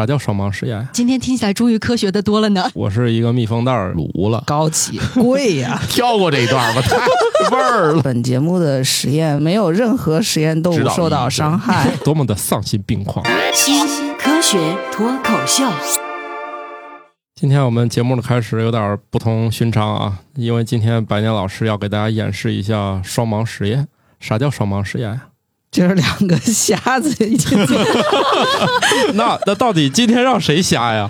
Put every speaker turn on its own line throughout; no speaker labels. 啥啊叫双盲实验？
今天听起来终于科学的多了呢。
我是一个密封袋儿卤了，
高 级贵呀、
跳过这一段吧，太味儿了。
本节目的实验没有任何实验动
指
物
导
受
意义
到
对
伤害。
多么的丧心病狂！
新科学脱口秀，
今天我们节目的开始有点不同寻常啊，因为今天白年老师要给大家演示一下双盲实验。啥叫双盲实验呀？
就是两个瞎子一起做，
那那到底今天让谁瞎呀？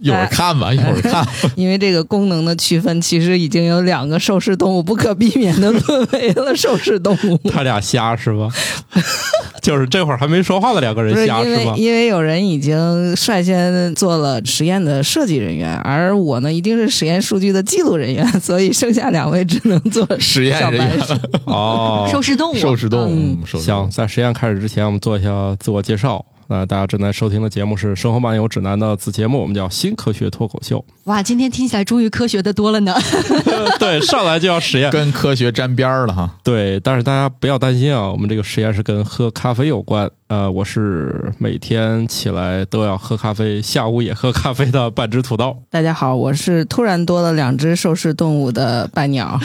一
哎
会儿 看吧，一会儿看吧。
因为这个功能的区分，其实已经有两个兽食动物不可避免的沦为了兽食动物。
他俩瞎是吧？ 就是这会儿还没说话的两个
不
人
是
瞎
因
是吧
为？因为有人已经率先做了实验的设计人员，而我呢一定是实验数据的记录人员，所以剩下两位只能做
实验
小
人
白
员
鼠。
哦，
收拾动物，
兽食动
嗯
物，兽食动
行，
物
在实验开始之前，我们做一下自我介绍。那大家正在收听的节目是《生活漫游指南》的子节目，我们叫新科学脱口秀。
哇，今天听起来终于科学的多了呢。
对，上来就要实验。
跟科学沾边儿了哈。
对，但是大家不要担心啊，我们这个实验是跟喝咖啡有关。呃，我是每天起来都要喝咖啡，下午也喝咖啡的半只土豆，
大家好，我是突然多了两只兽食动物的伴鸟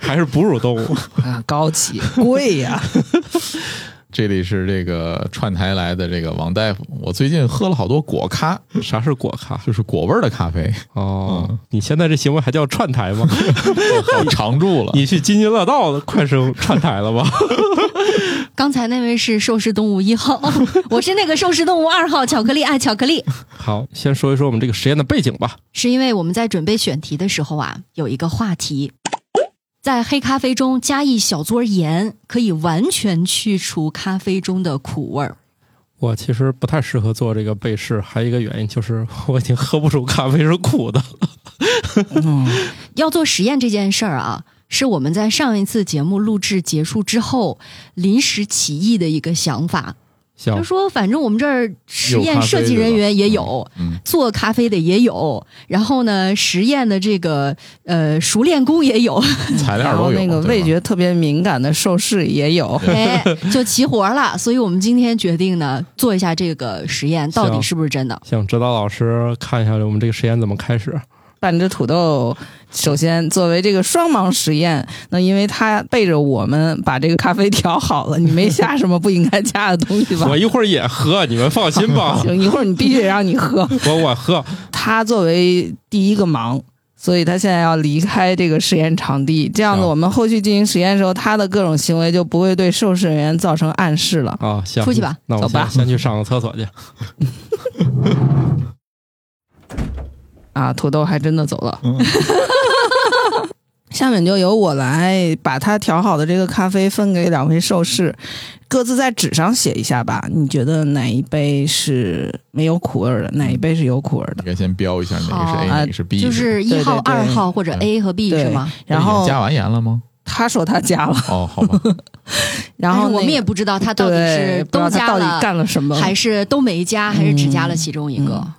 还是哺乳动物。
啊，高级贵呀、
这里是这个串台来的这个王大夫，我最近喝了好多果咖，
啥是果咖？
就是果味儿的咖啡，
哦，你现在这行为还叫串台 吗？
好常驻了。
你去津津乐道的快手串台了吧？
刚才那位是兽食动物一号，我是那个兽食动物二号，巧克力爱啊巧克力。
好，先说一说我们这个实验的背景吧。
是因为我们在准备选题的时候啊，有一个话题，在黑咖啡中加一小撮盐，可以完全去除咖啡中的苦味儿。
我其实不太适合做这个背试，还有一个原因就是我已经喝不出咖啡是苦 的。
嗯，
要做实验这件事儿啊，是我们在上一次节目录制结束之后临时起意的一个想法，
行
就，说反正我们这儿实
有咖
验
啡
设计
的
人
吧
员也
嗯
有，
嗯，
做咖啡的也有，然后呢，实验的这个呃熟练工也有，
材料
然后
都有。
那个
对吧
味觉特别敏感的兽士也有。
哎，就齐活了。所以我们今天决定呢，做一下这个实验，到底
行
是不是真的？
想指导老师看一下我们这个实验怎么开始。
半只土豆，首先作为这个双盲实验，那因为它背着我们把这个咖啡调好了，你没下什么不应该加的东西吧
我？一会儿也喝，你们放心吧
。行，一会儿你必须得让你喝。
我我喝，
他作为第一个盲，所以他现在要离开这个实验场地。这样子，
行
我们后续进行实验的时候，他的各种行为就不会对受试人员造成暗示了。
啊，行，
出去吧
那我
走吧
先先去上个厕所去。
啊，土豆还真的走了。
嗯
下面就由我来把它调好的这个咖啡分给两位兽士，各自在纸上写一下吧。你觉得哪一杯是没有苦味儿的，哪一杯是有苦味儿的
应？该先标一下哪个是 A，
好
呃
哪个是 B，
就是一
对
号、
对
二号或者
嗯
A 和 B
对
是吗？
然后
加完盐了吗？
他说他加了，
哦，好吧，
然
但
后
是我们也不知道他到底是
不
都
知道他
加
到底
了，
干了什么，
还是都没加，还是只加了其中一个？
嗯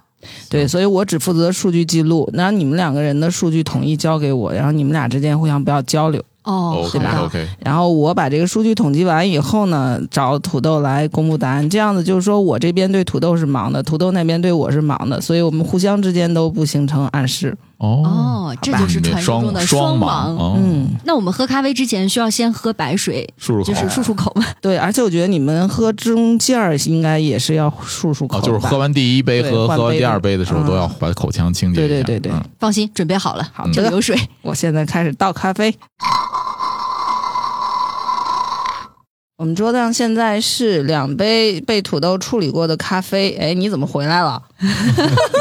对，所以我只负责数据记录，然后你们两个人的数据统一交给我，然后你们俩之间互相不要交流。
哦，好
OK
的。
OK，
然后我把这个数据统计完以后呢，找土豆来公布答案。这样子就是说我这边对土豆是盲的，土豆那边对我是盲的，所以我们互相之间都不形成暗示。
哦，
哦，这就是传说中的
双
盲。
哦
嗯，
那我们喝咖啡之前需要先喝白水，
漱漱口，啊
就是漱漱口嘛。
对，而且我觉得你们喝中间儿应该也是要漱漱口、
哦，就是喝。完第一杯
对
和
换
喝完
杯
第
的
二杯的时候
嗯
都要把口腔清洁一下。
对对对对
嗯
放心，准备好了，
好
嗯
就
的，
流 水。
我现在开始倒咖啡。我们桌子上现在是两杯被土豆处理过的咖啡。哎，你怎么回来了？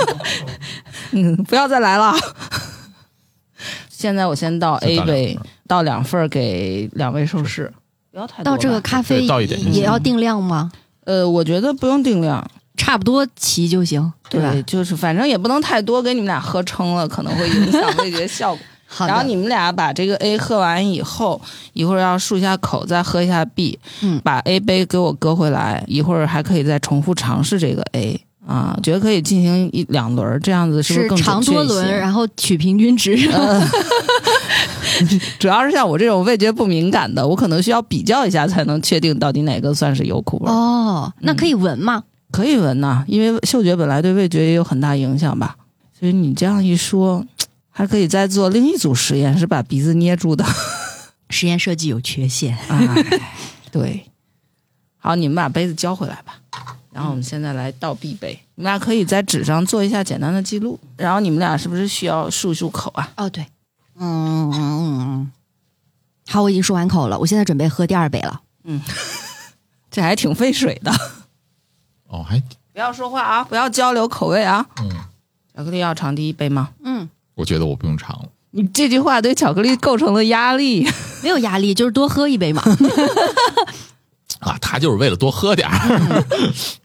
嗯，不要再来了。现在我先倒
再
A
倒两
杯
份，
倒两份儿给两位兽士。不要太多
到这个
吧
咖啡
对倒一点
也要定量吗？
呃，我觉得不用定量，
差不多齐就行，对吧？
对，就是反正也不能太多，给你们俩喝撑了，可能会影响味觉效果。
好的，
然后你们俩把这个 A 喝完以后，一会儿要漱一下口，再喝一下 B，
嗯
把 A 杯给我搁回来，一会儿还可以再重复尝试这个 A 啊，觉得可以进行一两轮儿，这样子是不
是
更准
长
确
多
一些
轮，？然后取平均值。
嗯
呃 主要是像我这种味觉不敏感
哦
的，我可能需要比较一下才能确定到底哪个算是有苦味儿。
嗯哦，那可以闻吗？
可以闻呐、因为嗅觉本来对味觉也有很大影响吧。所以你这样一说，还可以再做另一组实验，是把鼻子捏住的。
实验设计有缺陷。
哎， 对，好，你们把杯子交回来吧。然后我们现在来倒 B 杯，你们俩可以在纸上做一下简单的记录。然后你们俩是不是需要漱一漱口啊？
哦，对，
嗯嗯嗯，
好，我已经漱完口了，我现在准备喝第二杯了。
这还挺费水的。
哦，还
不要说话啊，不要交流口味啊。
嗯，
巧克力要尝第一杯吗？
嗯，
我觉得我不用尝了。
你这句话对巧克力构成了压力。
没有压力，就是多喝一杯嘛。
啊，他就是为了多喝点儿，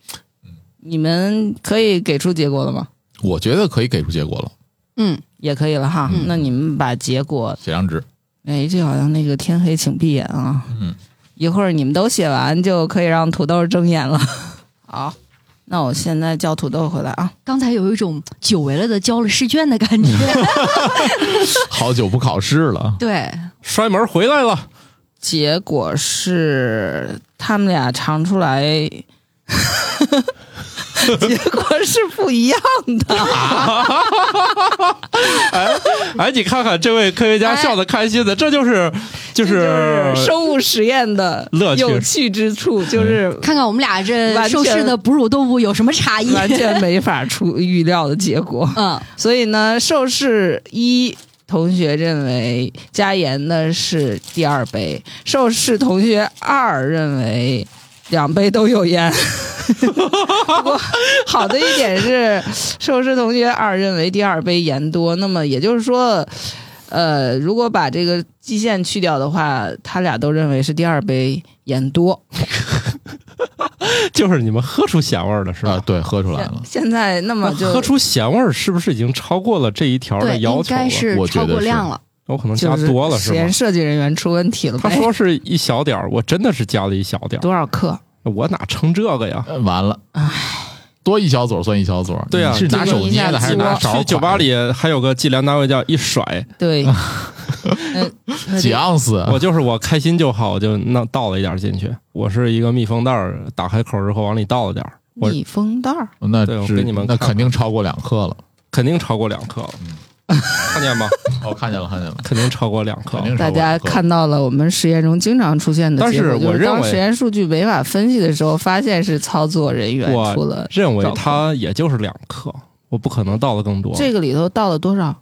你们可以给出结果了吗？
我觉得可以给出结果了，
嗯，
也可以了哈。
嗯
那你们把结果，
写张纸。
哎，这好像那个天黑请闭眼啊。
嗯，
一会儿你们都写完就可以让土豆睁眼了。 好，那我现在叫土豆回来啊。
刚才有一种久违了的交了试卷的感觉。
好久不考试 了，
对，
摔门回来了，
结果是他们俩尝出来， 结果是不一样的。
哎，你看看这位科学家笑得开心的，这就是就
这
是
就是生物实验的
乐趣嗯
有趣之处，就是
看看我们俩这
完
受
全
试的哺乳动物有什么差异？
完全没法出预料的结果。
嗯，
所以呢，受试一同学认为加盐的是第二杯，受试同学二认为两杯都有盐。 不过好的一点是，受试同学二认为第二杯盐多，那么也就是说。呃，如果把这个基线去掉的话，他俩都认为是第二杯盐多。
就是你们喝出咸味儿了是
啊，
吧？
对，喝出来了。
现在那么就
喝出咸味儿是不是已经超过了这一条的
对，
要
应
求了
该？是
我觉
超
得
过
是
量了。
我可能加
就是
多了是
实
吗
验？设计人员出问题了呗。
他说是一小点儿，我真的是加了一小点儿，
多少克？
我哪称这个呀？
呃完了，多一小撮儿算一小撮儿。
对啊
你是拿手捏的还是拿勺儿
去
㧟？
酒吧里还有个计量单位叫一甩，
对，嗯，那
几
啊
得
盎司？啊
我就是我开心就好，我就那倒了一点儿进去。我是一个密封袋儿，打开口之后往里倒了点儿，我
密封袋儿，
那
对我
只
给你们
那
看看
肯定超过两克了。
肯定超过两克了，
嗯
看见吗？
哦，看见了，看见了，
肯定超过两 克
肯。定超
大
过
家
两克。
看到了我们实验中经常出现的
但是
结果，就
我认
当
为
实验数据没法分析的时候，发现是操作人员
我
出了。
认为它也就是两克，我啊不可能倒的更多，
这个里头倒了多少？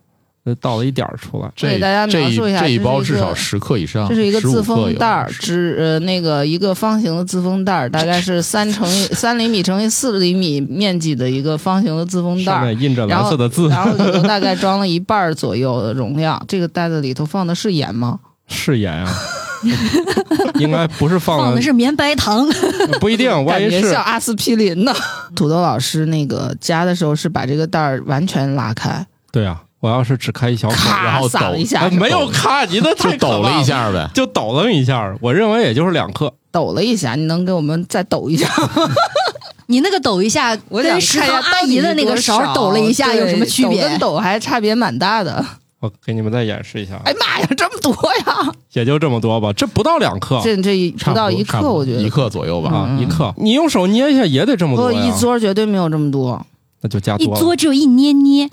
就倒了一点儿出来。
这
给大家
这
描述一下
这
这是一
包至
个
少十克以上，
这是一个
15
自
克
封
有
袋儿，只呃那个一个方形的自封袋儿，大概是三乘以三厘米乘以四厘米面积的一个方形的自封袋
上
儿，
面印着蓝色的字，
然后里头大概装了一半儿左右的容量。这个袋子里头放的是盐吗？
是盐 啊，应该不是放
放
了
的，是绵白糖，
不一定，
感
万一
觉
是
像阿司匹林 呢。土豆老师那个夹的时候是把这个袋儿完全拉开，
对啊，我要是只开一小口，
咔
然后
撒了一
抖呃
哎
下，
没有咔，你那太可怕
就抖了一，下呗。
就抖楞一下，我认为也就是两克。
抖了一下，你能给我们再抖一下？
你那个抖一下，
我想
跟食
看一
堂
下
阿姨的那个勺儿抖
抖
了一下有什么区
抖
别
跟？抖还差别蛮大的。
我给你们再演示一下，
哎妈呀，这么多呀！
也就这么多吧，这不到两克
这这一
哦差
不
不
到
多
一
差不
克，
多
我觉
一
得。
克左右吧。
啊，一克。你用手捏一下也得这么
不过
多呀
哦一桌绝对没有这么多。
那就加
一
多了。
嘬只有一捏捏，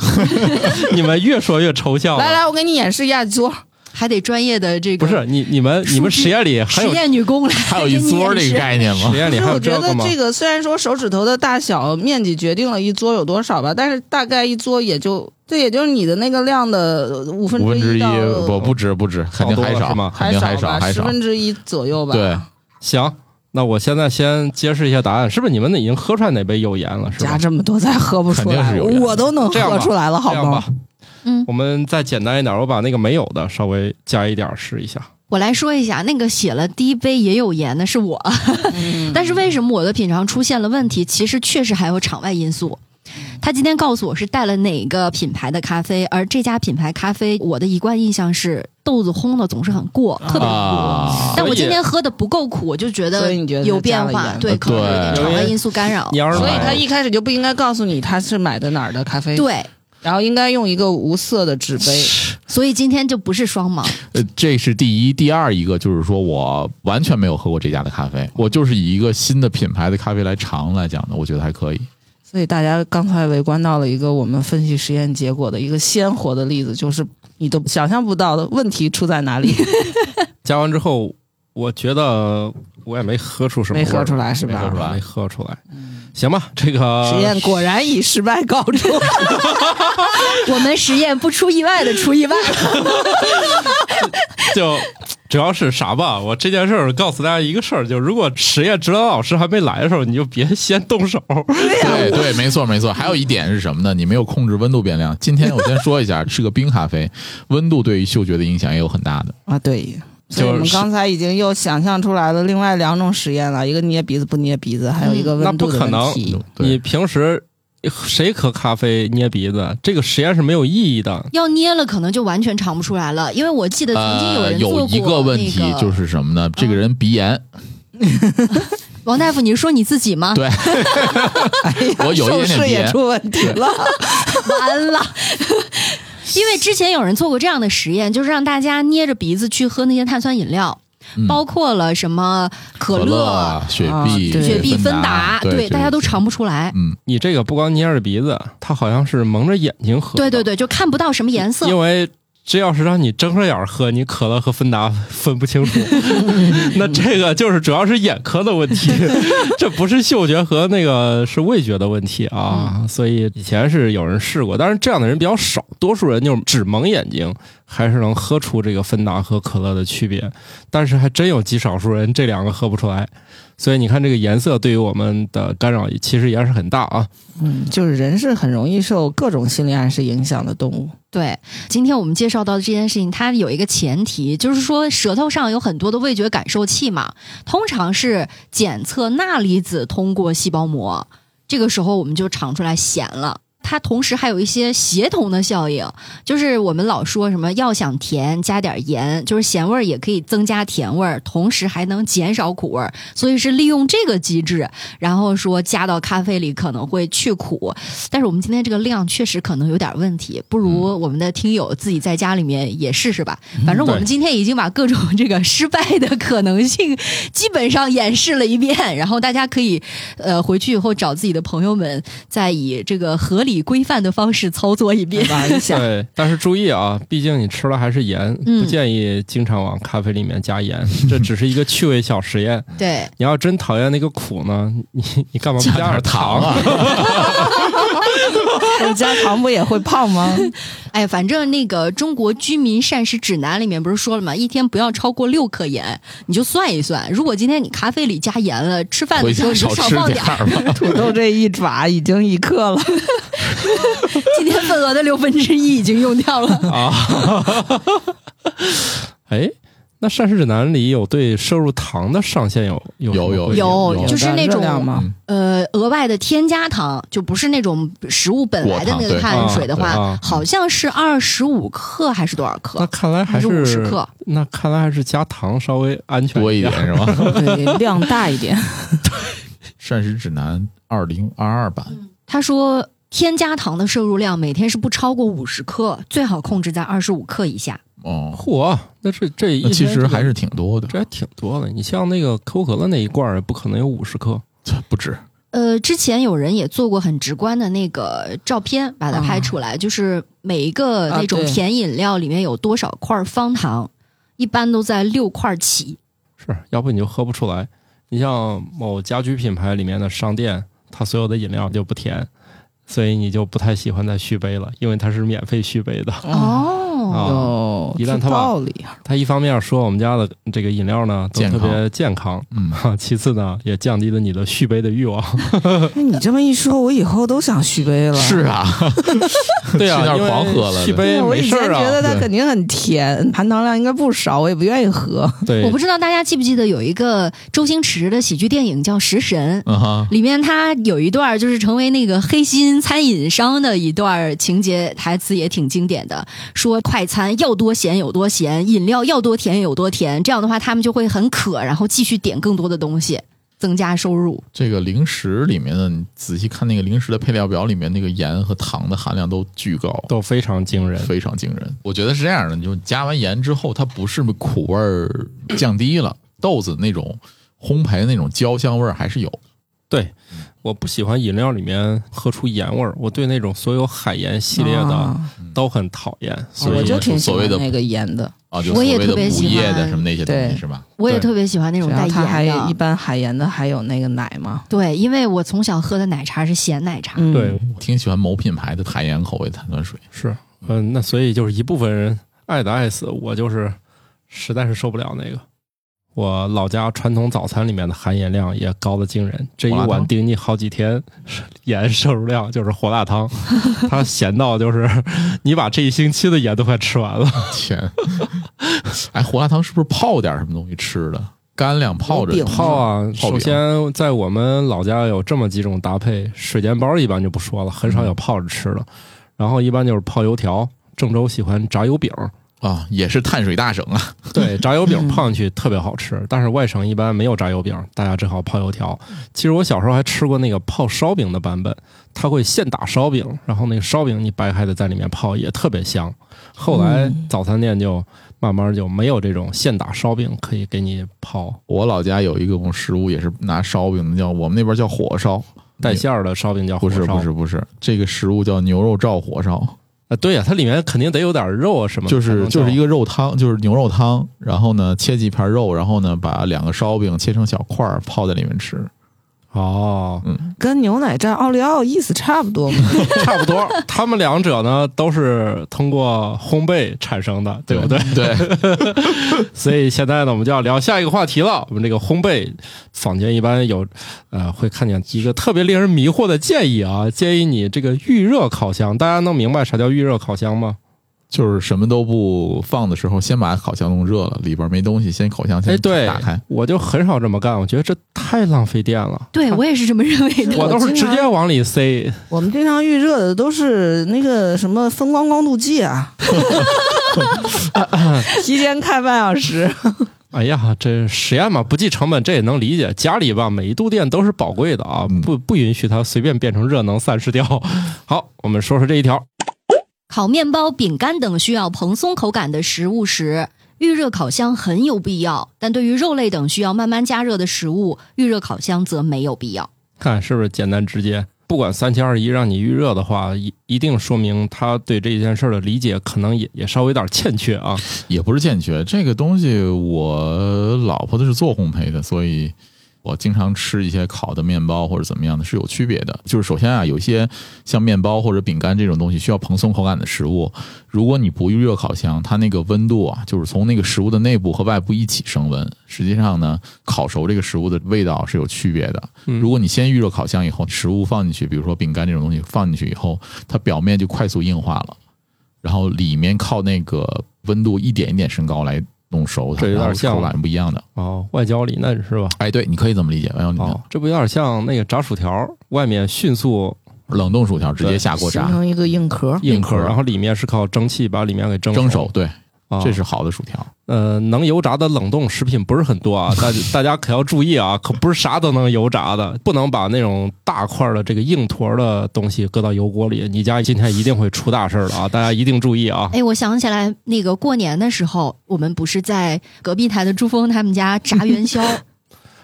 你们越说越抽
哦
象了。
来来，我给你演示一下桌，
还得专业的这个
不是你你们你们实验里还
实
有
验女工来
还有一
给你
撮
演
儿这
示
个概念吗
实？验
可
里
是
还有
我觉
这
得
个吗？
这个虽然说手指头的大小面积决定了一桌有多少吧，但是大概一桌也就这也就是你的那个量的五分
五分之
一
一
到
不不止不止，肯定还
好多了
少
是吗，
肯定还少
吧，
还
十
少。
分之一左右吧。
对，
行，那我现在先揭示一下答案，是不是你们已经喝出来哪杯有盐了？是吧
加？这么多再喝不出
肯定
来，
是有原因
我都能
这样吧
喝出来了，好
这样吧
吗？，
嗯
我们再简单一点，我把那个没有的稍微加一点儿试一下。
我来说一下，那个写了第一杯也有盐的是我，
嗯
但是为什么我的品尝出现了问题？其实确实还有场外因素。他今天告诉我是带了哪个品牌的咖啡，而这家品牌咖啡，我的一贯印象是豆子烘的总是很过，特别苦。
啊，
但
所
我
以
今天喝的不够苦，我就觉
所以你觉得
有
它
变
加了
化，
盐
对，可能有点
对
场外因素干扰
你。要是
哦所以
买
他一开始就不应该告诉你他是买的哪儿的咖啡。
对，
然后应该用一个无色的纸杯。
所以今天就不是双盲，
呃，这是第一，第二一个就是说我完全没有喝过这家的咖啡，我就是以一个新的品牌的咖啡来尝来讲的，我觉得还可以。
所以大家刚才围观到了一个我们分析实验结果的一个鲜活的例子，就是你都想象不到的问题出在哪里，
加完之后，我觉得我也没喝出什么
没
味儿，
喝出来是
没喝
吧嗯
出？来
没喝出来。行吧，这个
实验果然以失败告终。
我们实验不出意外的出意外。
就主要是啥吧？我这件事儿告诉大家一个事儿，就如果实验指导老师还没来的时候，你就别先动手。
对对，没错没错。还有一点是什么呢？你没有控制温度变量。今天我先说一下，是个冰咖啡，温度对于嗅觉的影响也有很大的。
啊，对。所以
就是
我们刚才已经又想象出来了另外两种实验了，一个捏鼻子不捏鼻子，还有一个
嗯那
温
不
度的
可能
问题。，
对
你平时谁喝咖啡捏鼻子？这个实验是没有意义的。
要捏了可能就完全尝不出来了，因为我记得曾经
呃，
人做过、
有
那
一个问题就是什么呢？这个人鼻炎，
王大夫，你是说你自己吗？
对我有一
受
点
试
点鼻
哎也
炎。
出问题了，
完了，因为之前有人做过这样的实验，就是让大家捏着鼻子去喝那些碳酸饮料，
嗯
包括了什么可
可
乐、
乐、雪碧、
啊对
雪碧、芬
芬
达，
对，
大家都尝不出来。
嗯，
你这个不光捏着鼻子，他好像是蒙着眼睛喝。
对对，对，就看不到什么颜色。
因为。这要是让你睁着眼儿喝，你可乐和芬达分不清楚， 那这个就是主要是眼科的问题， 这不是嗅觉和那个是味觉的问题啊。所以以前是有人试过，但是这样的人比较少，多数人就是只蒙眼睛，还是能喝出这个芬达和可乐的区别。但是还真有极少数人这两个喝不出来，所以你看这个颜色对于我们的干扰其实也是很大啊。
嗯，就是人是很容易受各种心理暗示影响的动物。
对，今天我们介绍到的这件事情，它有一个前提，就是说舌头上有很多的味觉感受器嘛，通常是检测钠离子通过细胞膜，这个时候我们就尝出来咸了。它同时还有一些协同的效应，就是我们老说什么要想甜加点盐，就是咸味儿也可以增加甜味儿，同时还能减少苦味儿，所以是利用这个机制，然后说加到咖啡里可能会去苦，但是我们今天这个量确实可能有点问题，不如我们的听友自己在家里面也试试吧。反嗯正我们
对
今天已经把各种这个失败的可能性基本上演示了一遍，然后大家可以呃回去以后找自己的朋友们，再以这个合理规范的方式操作一遍
对。吧？你 想，
对，但是注意啊，毕竟你吃了还是盐，
嗯
不建议经常往咖啡里面加盐，这只是一个趣味小实 验。
对，
你要真讨厌那个苦呢，你你干嘛不
加
点
点糖
啊？
啊。
我们加糖不也会胖吗？
哎，反正那个《中国居民膳食指南》里面不是说了吗？一天不要超过六克盐，你就算一算，如果今天你咖啡里加盐了，吃饭的
回
时候
家
你就
少
少
吃
放
点
点儿。
儿 吧。
土豆这一爪已经一克了，
今天份额的六分之一已经用掉了。
哎，那膳食指南里有对摄入糖的上限有有
有 有
有
有
有
就是那
热
种
量吗？
呃，额外的添加糖，就不是那种食物本来的那个
果糖对
碳水的
啊对
话
啊，
好像是二十五克还是多少
那
克？
看来还
还
是
五十克？
那看来还是加糖稍微安全
多一点
点。
是吧？
嗯对，量大一点。
膳食指南二零二二版，
他说，添加糖的摄入量每天是不超过五十克，最好控制在二十五克以下。
哦，
嚯，那这这一
那其
天这
实
个
还是挺多的，
这还挺多的。你像那个可口可乐那一罐儿，也不可能有五十克。
这不止。
呃，之前有人也做过很直观的那个照片，把它拍出来，就是每一个
啊
那种
对
甜饮料里面有多少块方糖，一般都在六块起。
是要不你就喝不出来。你像某家居品牌里面的商店，它所有的饮料就不甜，所以你就不太喜欢再续杯了，因为它是免费续杯的。
哦
啊，
有
一旦它把
这道理，
它一方面说我们家的这个饮料呢都
健
特
康
别健康，
嗯，
哈，其次呢也降低了你的续杯的欲望。
那哎你这么一说，我以后都想续杯了。
是啊，
对
去那
啊，
儿
因为
狂喝了
续杯
对，我
没
以
事
前
儿
觉
啊。
得它
对
肯定很甜，含糖量应该不少，我也不愿意喝。
对
我，不知道大家记不记得有一个周星驰的喜剧电影叫《食神》。
嗯哈，
里面他有一段就是成为那个黑心餐饮商的一段情节台词也挺经典的，说快餐要多咸有多咸，饮料要多甜有多甜，这样的话他们就会很渴，然后继续点更多的东西。增加收入。
这个零食里面的，你仔细看那个零食的配料表里面，那个盐和糖的含量都巨高，
都非常惊人。
非常惊人。我觉得是这样的，你就加完盐之后，它不是苦味儿降低了，豆子那种烘焙那种焦香味儿还是有。
对，我不喜欢饮料里面喝出盐味儿，我对那种所有海盐系列的
啊
都很讨厌。所
我
以
就挺喜
所谓
欢
的
那个盐的，
啊，就所
我也
谓的
特别
补
喜
液的
欢
什么那些东西
对
是吧？
我也
对
特别喜欢那种
然
带
后它还
盐
一
的，
般海盐的还有那个奶嘛，
对，因为我从小喝
啊
的奶茶是咸奶茶，
嗯
对，
我挺喜欢某品牌的海盐口味碳酸水。
是，嗯，那所以就是一部分人爱的爱死，我就是实在是受不了那个。我老家传统早餐里面的含盐量也高的惊人，这一
火辣
碗
汤
顶你好几天，盐摄入量就是火辣 汤，它咸到就是你把这一星期的盐都快吃完了。
天，啊哎，胡辣汤是不是泡点什么东西吃的？干粮泡着
有饼
吃
泡啊，
泡
首
饼
先在我们老家有这么几种搭配，水煎包一般就不说了，很少有泡着吃的，然后一般就是泡油条。郑州喜欢炸油饼，
啊，也是碳水大省啊。
对，炸油饼泡上去特别好吃，但是外省一般没有炸油饼，大家只好泡油条。其实我小时候还吃过那个泡烧饼的版本，它会现打烧饼，然后那个烧饼你掰开的在里面泡也特别香。后来
嗯
早餐店就慢慢就没有这种现打烧饼可以给你泡
我老家有一个食物也是拿烧饼的，叫我们那边叫火烧，
带馅儿的烧饼叫火
不是
烧
不是不是，这个食物叫牛肉罩火烧，
啊，对呀、它里面肯定得有点肉啊什么的
就
才
是
能
就是
叫
一个肉汤，就是牛肉汤，然后呢切几片肉，然后呢把两个烧饼切成小块儿泡在里面吃，
哦，
跟牛奶蘸奥利奥意思差不多嘛。
差不多。他们两者呢都是通过烘焙产生的，对不对？
对，
所以现在呢，我们就要聊下一个话题了。我们这个烘焙，坊间一般有，呃，会看见一个特别令人迷惑的建议啊，建议你这个预热烤箱。大家能明白啥叫预热烤箱吗？
就是什么都不放的时候，先把烤箱弄热了，里边没东西，先烤箱
哎，
先
对
打开。，
我就很少这么干，我觉得这太浪费电了。
对我也是这么认为的。
我都是直接往里塞，
我们经常预热的都是那个什么风光光度 计啊，提前开半小时。
哎呀，这实验嘛，不计成本，这也能理解。家里吧，每一度电都是宝贵的啊
嗯，
不不允许它随便变成热能散失掉。好，我们说说这一条，
烤面包、饼干等需要蓬松口感的食物时，预热烤箱很有必要；但对于肉类等需要慢慢加热的食物，预热烤箱则没有必要。
看是不是简单直接？不管三七二十一让你预热的话，一一定说明他对这件事儿的理解可能也也稍微有点欠缺啊。
也不是欠缺，这个东西我老婆她是做烘焙的，所以我经常吃一些烤的面包或者怎么样的，是有区别的。就是首先啊，有一些像面包或者饼干这种东西需要蓬松口感的食物，如果你不预热烤箱，它那个温度啊，就是从那个食物的内部和外部一起升温。实际上呢，烤熟这个食物的味道是有区别的。
嗯
如果你先预热烤箱以后，食物放进去，比如说饼干这种东西放进去以后，它表面就快速硬化了，然后里面靠那个温度一点一点升高来弄熟它，
这有点
然后
像
口感是不一样的。
哦，外焦里嫩是吧？
哎，对，你可以这么理解，完了，
哦，这不有点像那个炸薯条，外面迅速
冷冻薯条直接下锅
形
炸
成一个硬壳。
硬壳，
壳
然后里面是靠蒸汽把里面给蒸
蒸
熟
熟，。对，
啊
这是好的薯条。
呃，能油炸的冷冻食品不是很多 啊，大大家可要注意啊，可不是啥都能油炸的，不能把那种大块儿的这个硬坨儿的东西搁到油锅里，你家今天一定会出大事儿的啊，大家一定注意啊。
哎，我想起来，那个过年的时候，我们不是在隔壁台的朱峰他们家炸 元宵，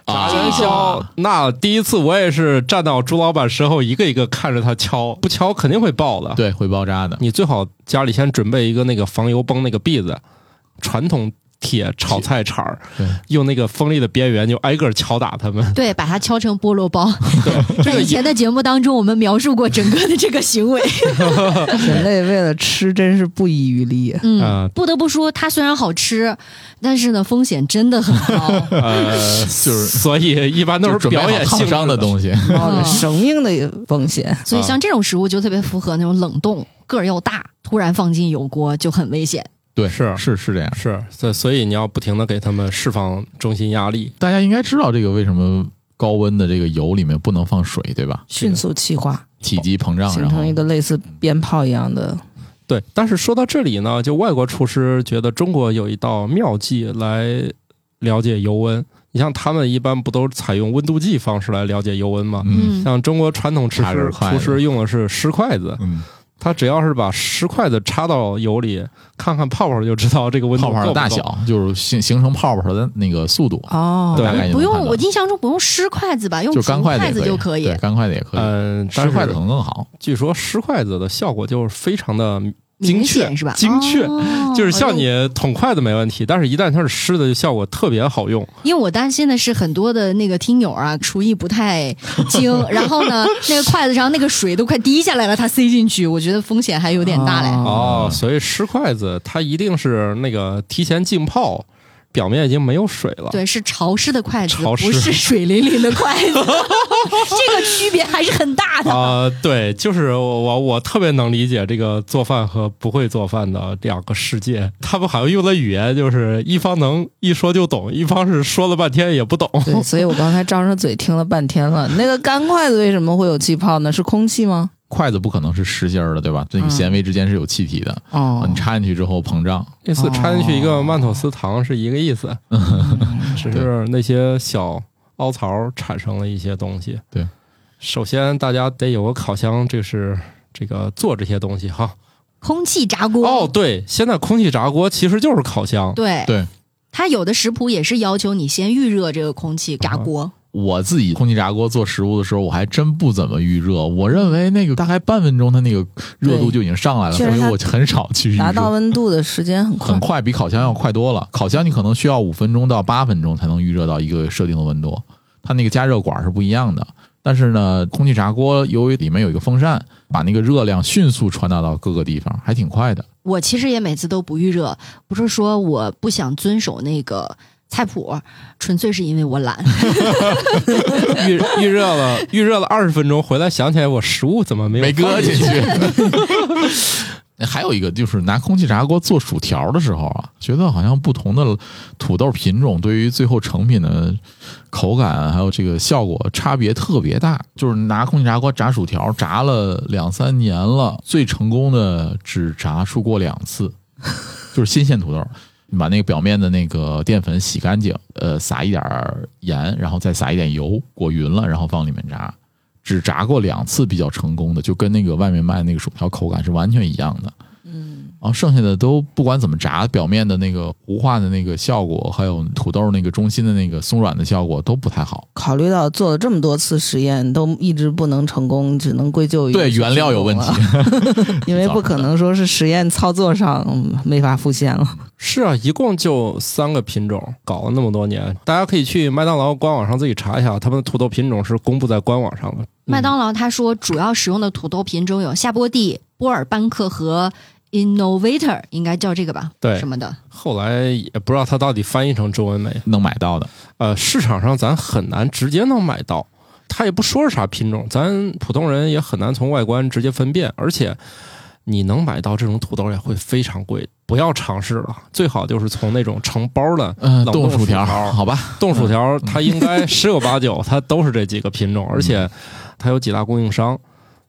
啊
元宵，那第一次我也是站到朱老板身后，一个一个看着他敲，不敲肯定会爆的。，
对，会爆炸的。
你最好家里先准备一个那个防油崩那个篦子，传统铁炒菜铲儿
对，
用那个锋利的边缘就挨个敲打 他们。
对，把它敲成菠萝包。
对，这
在
个
以
也
前的节目当中，我们描述过整个的这个行为。
人类为了吃真是不遗余 力。
啊
嗯，不得不说，它虽然好吃，但是呢，风险真的很高。
呃，
就是
所以一般都
就是准备
表
好
演性
烫
质
伤的东 西，
冒着生命的风险。
所以像这种食物就特别符合那种冷冻，个儿又大，突然放进油锅就很危险。
对，
是
是是这样。
是，所所以你要不停的给他们释放中心压力。
大家应该知道这个为什么高温的这个油里面不能放水，对吧？
迅速气化，
体积膨胀，
形
然后
成一个类似鞭炮一样的。
对，但是说到这里呢，就外国厨师觉得中国有一道妙计来了解油温，你像他们一般不都采用温度计方式来了解油温吗？
嗯
像中国传统厨
插根
师
筷子
厨师用的是湿筷子，
嗯，
他只要是把湿筷子插到油里，看看泡泡就知道这个嗯温度
泡泡
够
的
不
大
够。
小就是形形成泡泡的那个速度，
哦
对
大概就能
不
判
用，
断
我印象中不用湿筷子吧，用
就
竹
干筷
筷子
子也
就
可
可
以，
以
对，，干筷子也可以，
嗯，
湿筷子可
但是
能更好。
据说湿筷子的效果就是非常的精
明
确，
显是吧？
精确。
哦
就是像你捅筷子没问题，但是一旦它是湿的，就效果特别好用。
因为我担心的是很多的那个听友啊，厨艺不太精，然后呢，那个筷子上那个水都快滴下来了，他塞进去，我觉得风险还有点大嘞。
哦，所以湿筷子它一定是那个提前浸泡，表面已经没有水了。
对，是潮湿的筷子，
潮湿
不是水淋淋的筷子， 这个区别还是很大的。
啊、对，就是我我我特别能理解这个做饭和不会做饭的两个世界。他们好像用的语言就是一方能一说就懂，一方是说了半天也不懂。
对，所以我刚才张着嘴听了半天了。那个干筷子为什么会有气泡呢？是空气吗？
筷子不可能是实心儿的，对吧？这个
嗯
纤维之间是有气体的，
哦
你插进去之后膨胀。
这次掺进去一个曼妥思糖是一个意思，只是那些小凹槽产生了一些东西。
对，
首先大家得有个烤箱，这是这个做这些东西哈。
空气炸锅，
哦，对，现在空气炸锅其实就是烤箱。
对
对
它有的食谱也是要求你先预热这个空气炸
嗯
锅，
我自己空气炸锅做食物的时候，我还真不怎么预热。我认为那个大概半分钟，它那个热度
对
就已经上来了，
确
所
实
以
它
我很少去预
达到
热。
温度的时间很快
很。快，比烤箱要快多了。烤箱你可能需要五分钟到八分钟才能预热到一个设定的温度，它那个加热管是不一样的。但是呢，空气炸锅由于里面有一个风扇，把那个热量迅速传导到各个地方，还挺快的。
我其实也每次都不预热，不是说我不想遵守那个菜谱，纯粹是因为我懒。
嗯预预热了，预热了二十分钟，回来想起来我食物怎么没有
没
放
搁进去。 还有一个就是拿空气炸锅做薯条的时候啊，觉得好像不同的土豆品种对于最后成品的口感还有这个效果差别特别大。就是拿空气炸锅炸薯条，炸了两三年了，最成功的只炸出过两次， 就是新鲜土豆。你把那个表面的那个淀粉洗干净，呃，撒一点儿盐，然后再撒一点油，裹匀了，然后放里面炸。只炸过两次比较成功的，就跟那个外面卖那个薯条口感是完全一样的。嗯，然后剩下的都不管怎么炸，表面的那个糊化的那个效果，还有土豆那个中心的那个松软的效果都不太好。
考虑到做了这么多次实验都一直不能成功，只能归咎于
对，原料有问题，
因为不可能说是实验操作上嗯没法复现了。
是啊，一共就三个品种，搞了那么多年，大家可以去麦当劳官网上自己查一下，他们的土豆品种是公布在官网上的。
麦当劳他说主要使用的土豆品种有夏波蒂、波尔班克和 Innovator，应该叫这个吧？
对
什么的。
嗯后来也不知道它到底翻译成中文没，
能买到的。
呃，市场上咱很难直接能买到，它也不说是啥品种，咱普通人也很难从外观直接分辨，而且你能买到这种土豆也会非常贵，不要尝试了，最好就是从那种成包的
嗯、
冷
冻
冻
薯
薯
条，
条
好 吧，
冻薯
嗯
条，它应该十有八九它都是这几个品种，而
嗯
且它有几大供应商。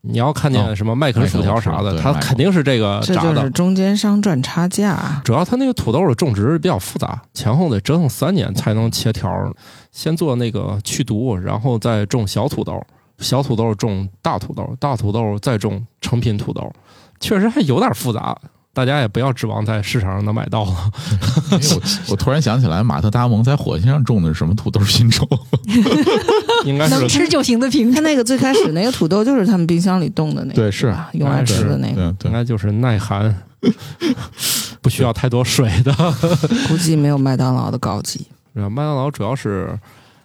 你要看见什么麦肯薯条啥
哦麦肯我
的，
知道
它
对麦肯
肯定是这
呃
个
这
炸
就是
的。
中间商赚差 价。
主要它那个土豆的种植比较复杂，前后得折腾三年才能切条儿。先做那个去毒，然后再种小土豆，小土豆种大土豆，大土豆再种成品土豆，确实还有点复杂。大家也不要指望在市场上能买到 了。
因为我 我突然想起来，马特·达蒙在火星上种的是什么土豆品种？
应该是
能吃就行的品
他
种。
那个最开始那个土豆就是他们冰箱里冻的那个，
对是
吧用来吃的那个，
对
应
对，
该就是耐寒，不需要太多水的。
估计没有麦当劳的高级。
然后麦当劳主要是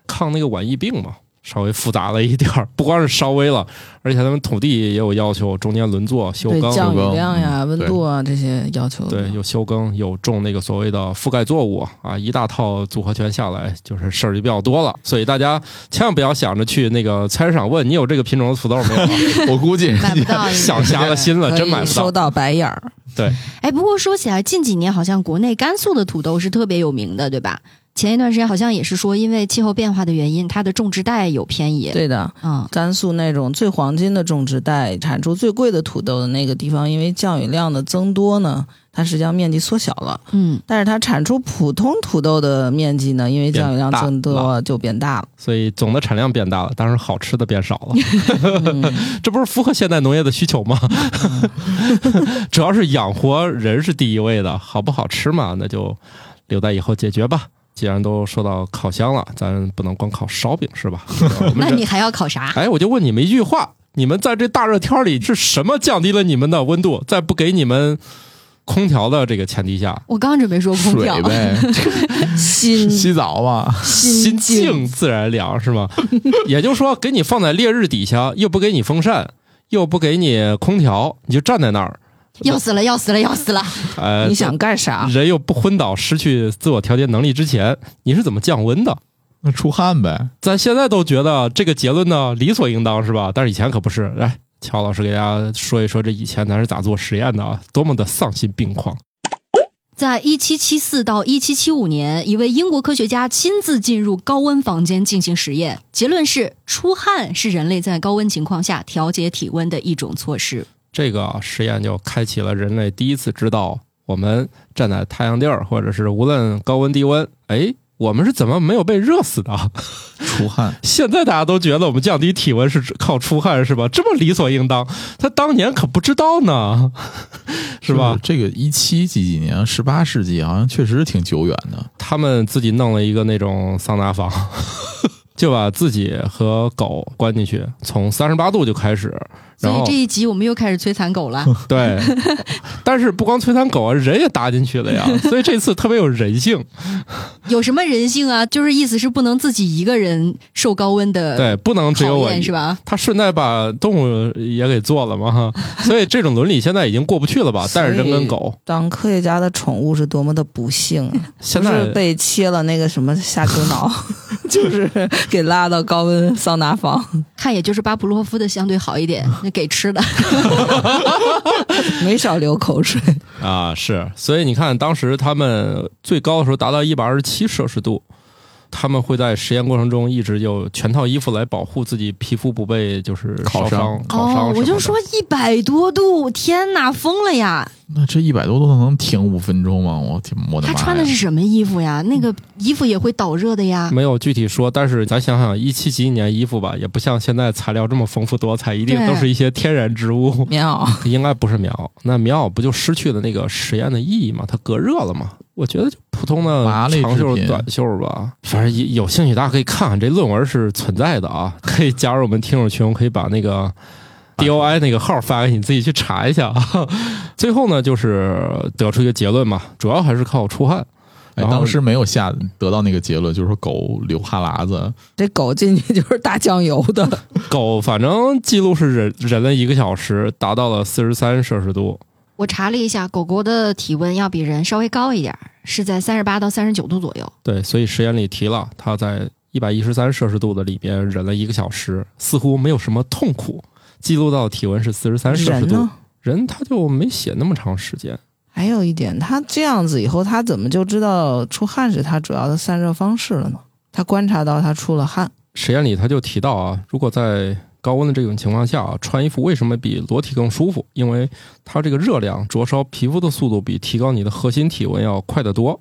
抗那个晚疫病嘛，稍微复杂了一点儿，不光是稍微了，而且他们土地也有要求，中间轮作、休
对
耕，
降
高
雨量呀、温度啊这些要求。
嗯对，有休耕，有种那个所谓的覆盖作物啊，一大套组合拳下来，就是事儿就比较多了。所以大家千万不要想着去那个菜市场问你有这个品种的土豆 没有啊，
我估计人
买
家
不到，
想瞎了心了，真买不
收
到。
到白眼儿，
对，
哎，不过说起来，近几年好像国内甘肃的土豆是特别有名的，对吧？前一段时间好像也是说，因为气候变化的原因，它的种植带有偏移。
对的，
啊、
甘肃那种最黄金的种植带，产出最贵的土豆的那个地方，因为降雨量的增多呢，它实际上面积缩小了。
嗯，
但是它产出普通土豆的面积呢，因为降雨量增
变大
多就变大 了。
所以总的产量变大了，但是好吃的变少了，
嗯
这不是符合现代农业的需求吗？ 主要是养活人是第一位的，好不好吃嘛，那就留在以后解决吧。既然都说到烤箱了，咱不能光烤烧饼是吧？ 我们
那
这
你还要考啥？
哎，我就问你们一句话：你们在这大热天里是什么降低了你们的温度？在不给你们空调的这个前提下，
我刚准备说空
水
调，
呗，
心
洗澡吧，
心
静
静自然凉是 吗？也就是说，给你放在烈日底下，又不给你风扇，又不给你空调，你就站在那儿，
要死了，要死了，要死了！
呃，
你想啊干啥？
人又不昏倒、失去自我调节能力之前，你是怎么降温的？
那出汗呗。
咱现在都觉得这个结论呢理所应当是吧？但是以前可不是。来，乔老师给大家说一说这以前咱是咋做实验的啊，多么的丧心病狂！
在一七七四到一七七五年，一位英国科学家亲自进入高温房间进行实验，结论是出汗是人类在高温情况下调节体温的一种措施。
这个实验就开启了人类第一次知道，我们站在太阳地儿，或者是无论高温低温，哎，我们是怎么没有被热死的 啊？
出汗，
现在大家都觉得我们降低体温是靠出汗是吧？这么理所应当，他当年可不知道呢，是吧？
这个一七几几年，十八世纪好像确实挺久远的。
他们自己弄了一个那种桑拿房， 就把自己和狗关进去，从三十八度就开始，
所
然
以
后
这一集我们又开始摧残 狗了。
对，但是不光摧残狗啊，人也搭进去了呀，所以这次特别有人性，
有什么人性啊？就是意思是不能自己一个人受高温的
对，不能只有
考
我
验，是吧？
他顺带把动物也给做了嘛，哈，所以这种伦理现在已经过不去了吧？
所以
但是人跟狗
当科学家的宠物是多么的不幸啊！
现
不是
在
被切了那个什么下丘 脑，就是给拉到高温桑拿房，
看也就是巴甫洛夫的相对好一点，那给吃的。
没少流口水。
啊，是，所以你看，当时他们最高的时候达到一百二十七摄氏度，他们会在实验过程中一直有全套衣服来保护自己皮肤不被就是
烤
烧
伤
伤、烤伤、
哦，我就说，一百多度，天哪，疯了呀！
那这一百多度能停五分钟吗？我天，我的
他
妈呀！嗯
穿的是什么衣服呀？那个衣服也会导热的呀。
没有具体说，但是咱想想，一七几几年衣服吧，也不像现在材料这么丰富多彩，一定
对
都是一些天然植物，
棉袄，
应该不是棉袄。那棉袄不就失去了那个实验的意义吗？它隔热了吗？我觉得就普通的
麻类
长
制
袖、
品
短袖吧，反正有有兴趣大家可以看看，这论文是存在的啊， 可以加入我们听友群，我可以把那个 DOI 那个号发给你，自己去查一下啊。 最后呢，就是得出一个结论嘛，主要还是靠出汗。
哎，
然后
当时没有下得到那个结论，就是说狗流哈喇子，
这狗进去就是大酱油的，
狗反正记录是忍忍了一个小时，达到了四十三摄氏度，
我查了一下，狗狗的体温要比人稍微高一点儿，是在三十八到三十九度左右。
对，所以实验里提了，它在一百一十三摄氏度的里边忍了一个小时，似乎没有什么痛苦。记录到体温是四十三摄氏
人
度，
呢？
人他就没写那么长时间，
还有一点，他这样子以后，他怎么就知道出汗是他主要的散热方式了呢？他观察到他出了汗，
实验里他就提到啊，如果在高温的这种情况下啊，穿衣服为什么比裸体更舒服？因为它这个热量灼烧皮肤的速度比提高你的核心体温要快得多。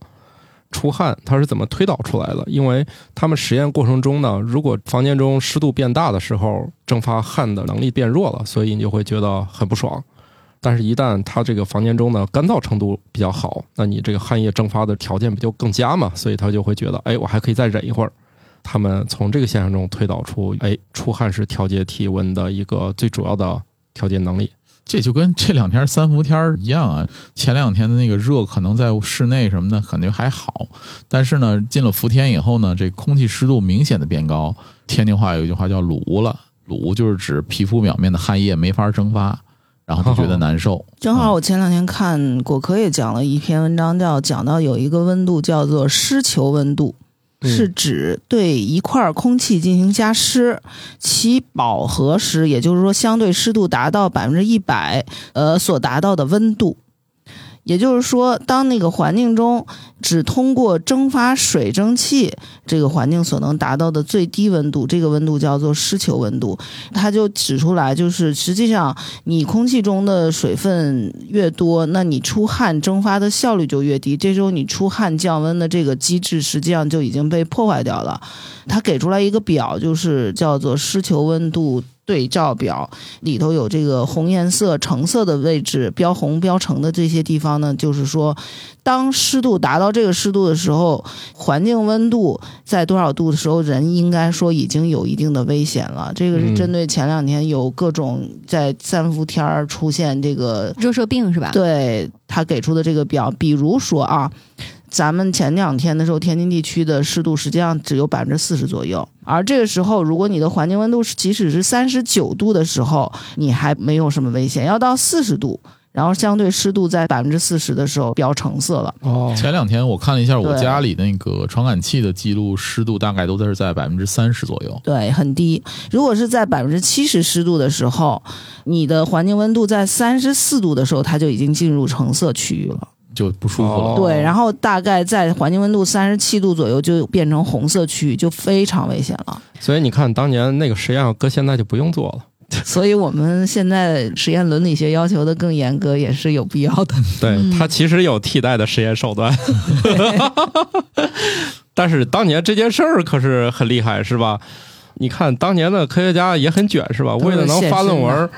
出汗它是怎么推导出来的？因为他们实验过程中呢，如果房间中湿度变大的时候，蒸发汗的能力变弱了，所以你就会觉得很不爽。但是，一旦它这个房间中的干燥程度比较好，那你这个汗液蒸发的条件不就更佳嘛？所以他就会觉得，哎，我还可以再忍一会儿。他们从这个现象中推导出，哎，出汗是调节体温的一个最主要的调节能力。
这就跟这两天三伏天儿一样啊。前两天的那个热，可能在室内什么的感觉还好，但是呢，进了伏天以后呢，这空气湿度明显的变高。天津话有一句话叫“鲁污了”，鲁污就是指皮肤表面的汗液没法蒸发，然后就觉得难受。
正好我前两天看果壳也讲了一篇文章叫，讲到有一个温度叫做湿球温度，
嗯
是指对一块空气进行加湿，其饱和时，也就是说相对湿度达到百分之一百，呃，所达到的温度。也就是说，当那个环境中只通过蒸发水蒸气这个环境所能达到的最低温度，这个温度叫做湿球温度。他就指出来，就是实际上你空气中的水分越多，那你出汗蒸发的效率就越低，这时候你出汗降温的这个机制实际上就已经被破坏掉了。他给出来一个表，就是叫做湿球温度。对照表里头有这个红颜色、橙色的位置，标红、标橙的这些地方呢，就是说，当湿度达到这个湿度的时候，环境温度在多少度的时候，人应该说已经有一定的危险了。这个是
嗯
针对前两天有各种在三伏天儿出现这个
热射病是吧？
对他给出的这个表，比如说啊，咱们前两天的时候，天津地区的湿度实际上只有百分之四十左右，而这个时候，如果你的环境温度是即使是三十九度的时候，你还没有什么危险，要到四十度。然后相对湿度在百分之四十的时候标橙色了，
哦
前两天我看了一下我
对
家里那个传感器的记录，湿度大概都是在百分之三十左右。
对，很低。如果是在百分之七十湿度的时候，你的环境温度在三十四度的时候，它就已经进入橙色区域了。
就不舒服了。
哦
对，然后大概在环境温度三十七度左右就变成红色区域，就非常危险 了。
所以你看，当年那个实验搁现在就不用做了。
所以我们现在实验伦理学要求的更严格也是有必要的。
对，
嗯
它其实有替代的实验手 段。但是当年这件事儿可是很厉害，是吧？你看当年的科学家也很卷，是吧？
都
为
是
了能
现
发
身
论文
的
儿，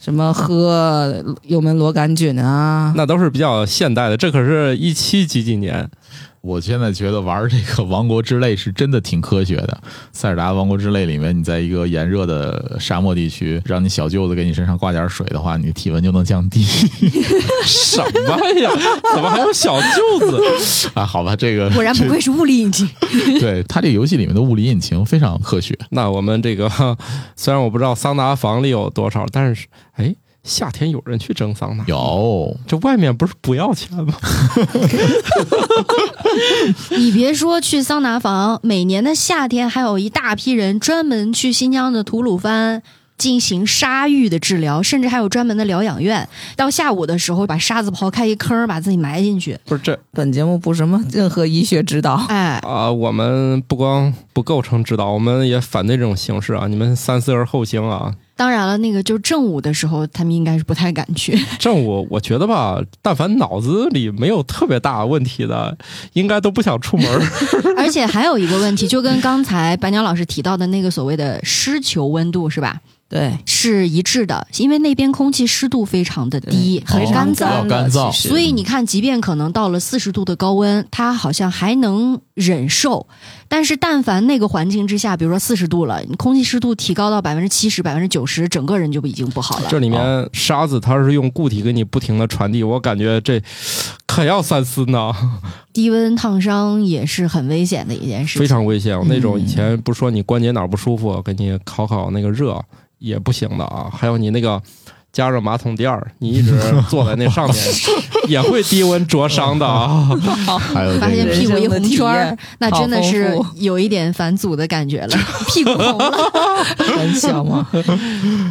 什么喝幽门螺杆菌啊，
那都是比较现代的。这可是一七几几年，
我现在觉得玩这个《王国之泪》是真的挺科学的，《塞尔达王国之泪》里面，你在一个炎热的沙漠地区，让你小舅子给你身上挂点水的话，你的体温就能降低
什么呀？怎么还有小舅子？
啊。好吧，这个
果然不愧是物理引擎。
对它这个游戏里面的物理引擎非常科学。
那我们这个 哈虽然我不知道桑拿房里有多少，但是哎，夏天有人去蒸桑拿，
有
这外面不是不要钱吗？
你别说去桑拿房，每年的夏天还有一大批人专门去新疆的吐鲁番进行沙浴的治疗，甚至还有专门的疗养院。到下午的时候，把沙子刨开一坑，把自己埋进去。
不是这
本节目不什么任何医学指导。
哎，
啊、我们不光不构成指导，我们也反对这种形式啊！你们三思而后行啊！
当然了，那个就正午的时候，他们应该是不太敢去。
正午我觉得吧，但凡脑子里没有特别大问题的，应该都不想出门 儿。
而且还有一个问题，就跟刚才白鸟老师提到的那个所谓的湿球温度是吧，
对，
是一致的，因为那边空气湿度非常的低，
对
很
哦
干
比较
燥。
干燥
其实
所以你看，即便可能到了四十度的高温，它好像还能忍受。但是，但凡那个环境之下，比如说四十度了，你空气湿度提高到百分之七十、百分之九十，整个人就已经不好了。
这里面沙子它是用固体给你不停的传递，我感觉这可要三思呢。
低温烫伤也是很危险的一件事
非
情。
常危险。那种以前不说你关节哪儿不舒服，给你烤烤那个热也不行的啊。还有你那个加热马桶垫儿，你一直坐在那上面也会低温灼伤的啊。
还有
发
这
现
个
屁股一红圈
人生的
儿
体，
那真的是
好丰
有一点返祖的感觉了，屁股红了。
很小嘛，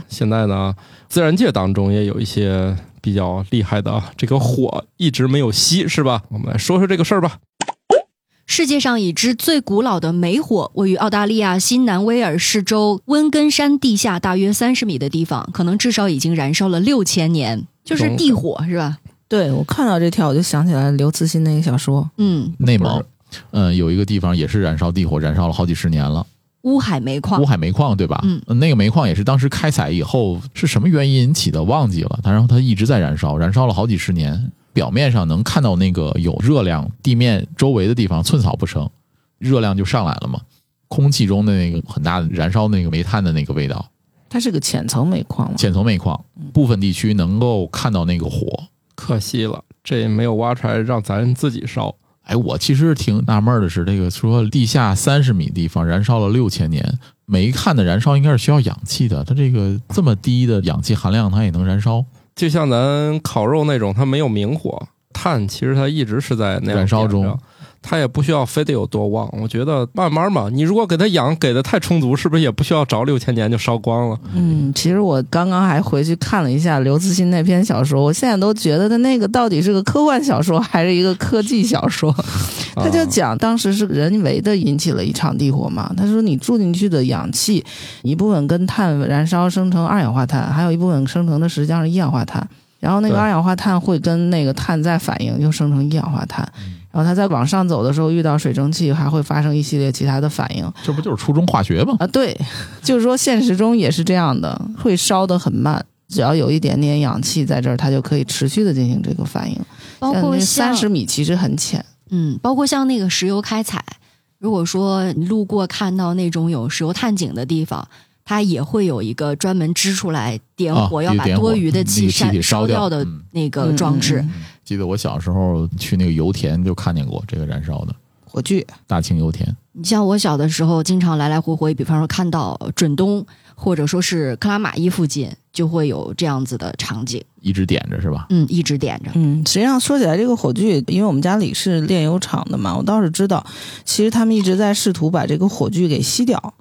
现在呢，自然界当中也有一些比较厉害的啊，这个火一直没有熄，是吧？我们来说说这个事儿吧。
世界上已知最古老的煤火位于澳大利亚新南威尔士州温根山地下大约三十米的地方，可能至少已经燃烧了六千年，就是地火是吧？
对我看到这条我就想起来刘慈欣那个小说，
嗯，
内蒙，嗯，有一个地方也是燃烧地火，燃烧了好几十年了，
乌海煤矿
乌。海煤矿对吧？
嗯
那个煤矿也是当时开采以后是什么原因引起的忘记了，它然后它一直在燃烧，燃烧了好几十年，表面上能看到那个有热量，地面周围的地方寸草不生，热量就上来了嘛。空气中的那个很大的燃烧那个煤炭的那个味道，
它是个浅层煤矿嘛，
浅层煤矿
嗯
部分地区能够看到那个火。
可惜了，这没有挖出来让咱自己烧。
哎，我其实挺纳闷儿的是，这个说地下三十米地方燃烧了六千年，煤炭的燃烧应该是需要氧气的，它这个这么低的氧气含量，它也能燃烧。
就像咱烤肉那种，它没有明火，碳其实它一直是在那样
燃烧中
点着。它也不需要非得有多旺。我觉得慢慢嘛，你如果给它养给的太充足，是不是也不需要找六千年就烧光了？
嗯，其实我刚刚还回去看了一下刘慈欣那篇小说，我现在都觉得他那个到底是个科幻小说还是一个科技小说？
啊
他就讲当时是人为的引起了一场地火嘛。他说你住进去的氧气，一部分跟碳燃烧生成二氧化碳，还有一部分生成的实际上是一氧化碳。然后那个
对
二氧化碳会跟那个碳再反应，又生成一氧化碳。然后它再往上走的时候，遇到水蒸气，还会发生一系列其他的反应。
这不就是初中化学吗？
啊，对， 就是说现实中也是这样的，会烧得很慢。只要有一点点氧气在这儿，它就可以持续的进行这个反应。
包括像
三十米其实很浅，
嗯，包括像那个石油开采，如果说你路过看到那种有石油探井的地方，它也会有一个专门支出来点
啊
哎火，要
一
把
点火
多余的气
嗯气体
删
烧
掉
掉
的
嗯
那个装置。
嗯
记得我小时候去那个油田就看见过这个燃烧的
火炬，
大庆油田，
你像我小的时候，经常来来回回，比方说看到准东或者说是克拉玛依附近，就会有这样子的场景。
一直点着是吧？
嗯，一直点着。
嗯，实际上说起来，这个火炬，因为我们家里是炼油厂的嘛，我倒是知道，其实他们一直在试图把这个火炬给吸掉。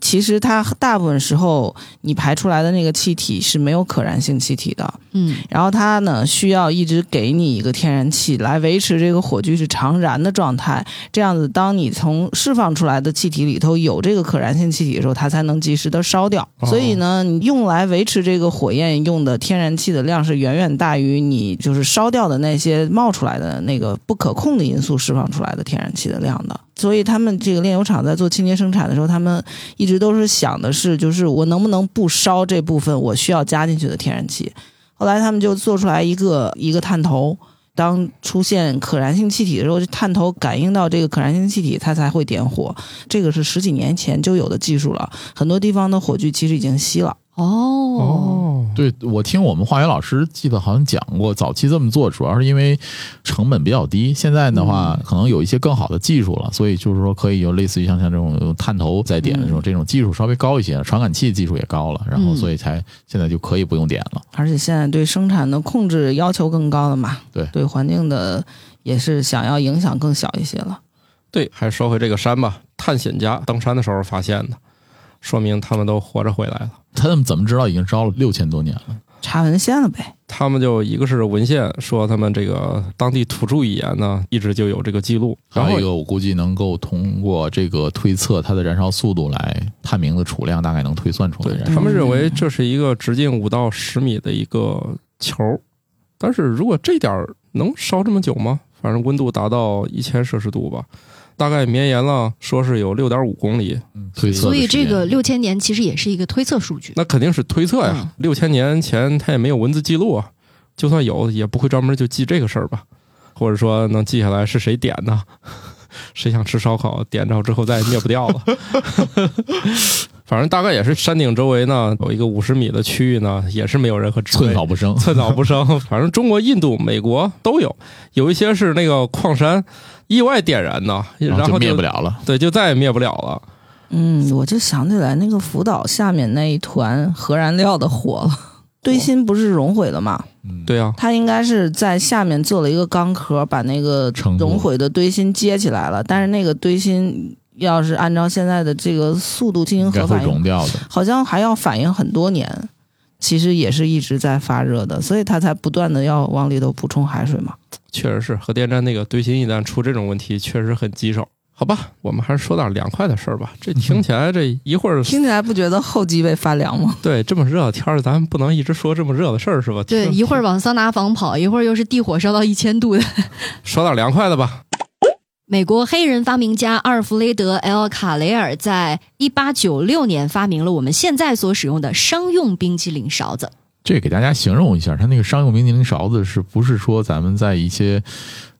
其实它大部分时候，你排出来的那个气体是没有可燃性气体的，
嗯，
然后它呢需要一直给你一个天然气来维持这个火炬是常燃的状态，这样子，当你从释放出来的气体里头有这个可燃性气体的时候，它才能及时的烧掉。
哦
所以呢，你用来维持这个火焰用的天然气的量是远远大于你就是烧掉的那些冒出来的那个不可控的因素释放出来的天然气的量的。所以他们这个炼油厂在做清洁生产的时候，他们一直都是想的是，就是我能不能不烧这部分我需要加进去的天然气。后来他们就做出来一个一个探头，当出现可燃性气体的时候，这探头感应到这个可燃性气体，它才会点火。这个是十几年前就有的技术了，很多地方的火炬其实已经熄了。
哦，
哦，
对，我听我们化学老师记得好像讲过，早期这么做主要是因为成本比较低。现在的
嗯
话，可能有一些更好的技术了，所以就是说可以有类似于像像这种有探头在点的这种、这种技术稍微高一些，传感器技术也高了，然后
嗯
所以才现在就可以不用点了。
而且现在对生产的控制要求更高了嘛，
对
对环境的也是想要影响更小一些了。
对，还说回这个山吧，探险家登山的时候发现的，说明他们都活着回来了。
他们怎么知道已经烧了六千多年了？
查文献了呗，
他们就一个是文献说他们这个当地土著语言呢，一直就有这个记录，然
还有
后
一个，我估计能够通过这个推测它的燃烧速度来探明的储量，大概能推算出来
对
燃烧。
他们认为这是一个直径五到十米的一个球儿，但是如果这点儿能烧这么久吗？反正温度达到一千摄氏度吧，大概绵延了说是有六点五公里，
嗯推测的
所以
时
这
间
个六千年其实也是一个推测数据。
那肯定 是推测
嗯
呀。六千年前他也没有文字记录啊，就算有，也不会专门就记这个事儿吧？或者说能记下来是谁点的？ 谁想吃烧烤，点着之后再也灭不掉了。 反正大概也是山顶周围呢，有一个五十米的区域呢，也是没有任何植被
寸草不生。
寸草不生。 反正中国、印度、美国都有，有一些是那个矿山意外点燃的，然后
就
就
灭不了了。
对，就再也灭不了了。
嗯，我就想起来那个福岛下面那一团核燃料的火了，堆芯不是熔毁了吗？
嗯，
对啊呀、
它应该是在下面做了一个钢壳，把那个
成
熔
果
毁的堆芯接起来了。但是那个堆芯要是按照现在的这个速度进
应
行
该
核
会
反应，
融掉的。
好像还要反应很多年。其实也是一直在发热的，所以它才不断的要往里头补充海水嘛。
确实是核电站那个堆芯一旦出这种问题，确实很棘手。好吧，我们还是说点凉快的事儿吧。这
嗯
听起来这一会儿
听起来不觉得后脊背发凉吗？
对这么热的天儿，咱们不能一直说这么热的事儿是吧？
对，
听
一会儿往桑拿房跑，一会儿又是地火烧到一千度的
说点凉快的吧。
美国黑人发明家阿尔弗雷德 ·L· 卡雷尔在1896年发明了我们现在所使用的商用冰淇淋勺子。
这给大家形容一下，它那个商用冰激凌勺子是不是说咱们在一些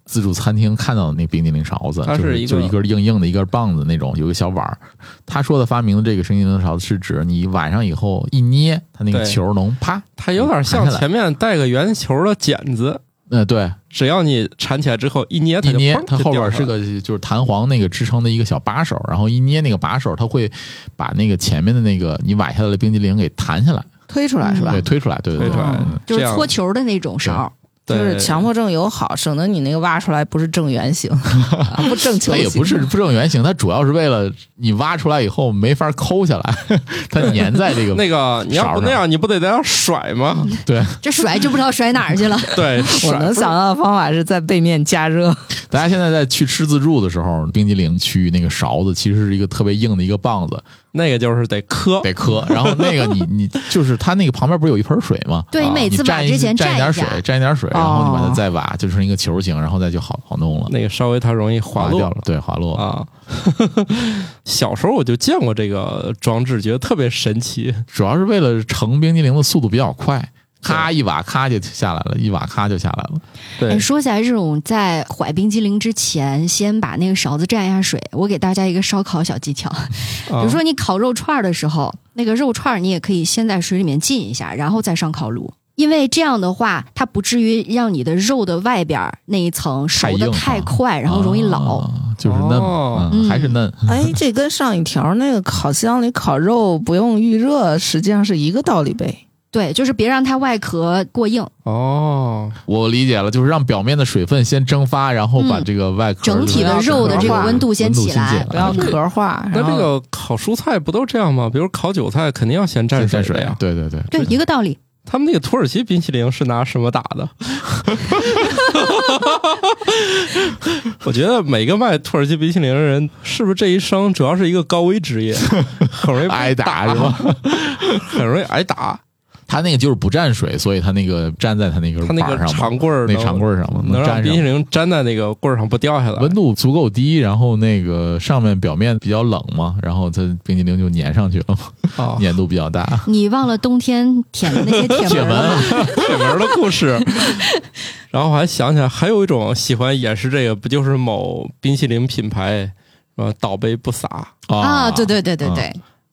自助餐厅看到的那冰激凌勺子？
它是
就是
一个
就是一根硬硬的一根棒子那种，有一个小碗儿。他说的发明的这个冰激凌勺子是指你晚上以后一捏，它那个
对
球能啪。
它有点像
弹下来
前面带个圆球的剪子，
呃，对，
只要你缠起来之后一捏它
一
就
捏，
砰
它
就
后
掉
边
下
是
来了
个就是弹簧那个支撑的一个小把手，然后一捏那个把手，它会把那个前面的那个你崴下来的冰激凌给弹下来，
推出来是吧
嗯对，？推出来，对
推
对对
出来
嗯
就是
这样
搓球的那种勺，
就
对
是强迫症友好，省得你那个挖出来不是正圆形，啊不正球
它
形，
也不是不正圆形，它主要是为了你挖出来以后没法抠下来，它粘在这个
那个你要不那样，你不得在那甩 吗？
对。
这甩就不知道甩哪儿去了。
对，
我
甩
能想到的方法是在背面加热，
大家现在在去吃自助的时候，冰激凌区那个勺子其实是一个特别硬的一个棒子，
那个就是得磕，
得磕。然后那个你你就是它那个旁边不是有一盆水吗？
对
啊
你每次
蘸
挖
一
哎之前
蘸
蘸
点
一
水
下，
蘸一点水，然后你把
哦
它再挖，就成一个球形，然后再就好好弄了，
那个稍微它容易
滑
滑
掉
落
了，对，滑落。
啊。 小时候我就见过这个装置，觉得特别神奇。
主要是为了盛冰激凌的速度比较快，咔一瓦咔就下来了，一瓦咔就下来了。
对
哎，，说起来，这种在怀冰激凌之前，先把那个勺子蘸一下水。我给大家一个烧烤小技 巧，
比
比
啊
如说你烤肉串儿的时候，那个肉串儿你也可以先在水里面浸一下，然后再上烤炉。因为这样的话，它不至于让你的肉的外边儿那一层熟
太
的
硬
太
了
快，然后容易老。
啊，就是嫩
哦
嘛，嗯
嗯
还是嫩。
哎，这跟上一条那个烤箱里烤肉不用预热，实际上是一个道理呗。
对，就是别让它外壳过硬，
哦，
我理解了，就是让表面的水分先蒸发，然后把
嗯
这个外壳
整体的肉的这个温度先起来
不要壳化，
那
然
这
后
个烤蔬菜不都这样吗？比如烤韭菜，肯定要先蘸
蘸
水啊
水啊
的呀。
对对对，
对，一个道理。
他们那个土耳其冰淇淋是拿什么打的？ 我觉得每个卖土耳其冰淇淋的人，是不是这一生主要是一个高危职业， 很容易被
挨打是
啊
吧？
很容易挨打。
它那个就是不蘸水，所以它那个粘在它那个
他那
板
个
上嘛，
长棍儿能，
那长棍儿上嘛，
能让
粘
冰淇
上。
淋粘在那个棍儿上不掉下来。
温度足够低，然后那个上面表面比较冷嘛，然后它冰淇淋就粘上去了，
啊，
粘度比较大。
你忘了冬天舔的那 些铁
铁
门了吗？
门，
铁门的故事。 然后我还想起来，还有一种喜欢也是这个，不就是某冰淇淋品牌什么倒杯不洒？
啊，对对对对对，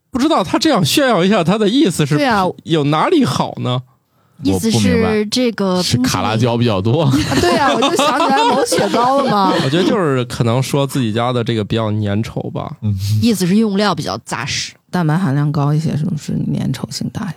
不知道他这样炫耀一下，他的意思
对
是
啊，
有哪里好呢？
意
我
思
不明白
是呃这个
是
冰淇
卡拉
淋
胶比较多，
啊对啊，我就想起来某雪糕了嘛。
我觉得就是可能说自己家的这个比较粘稠吧。
意思是用料比较扎实。
蛋白含量高一些，是不是粘稠性大一些？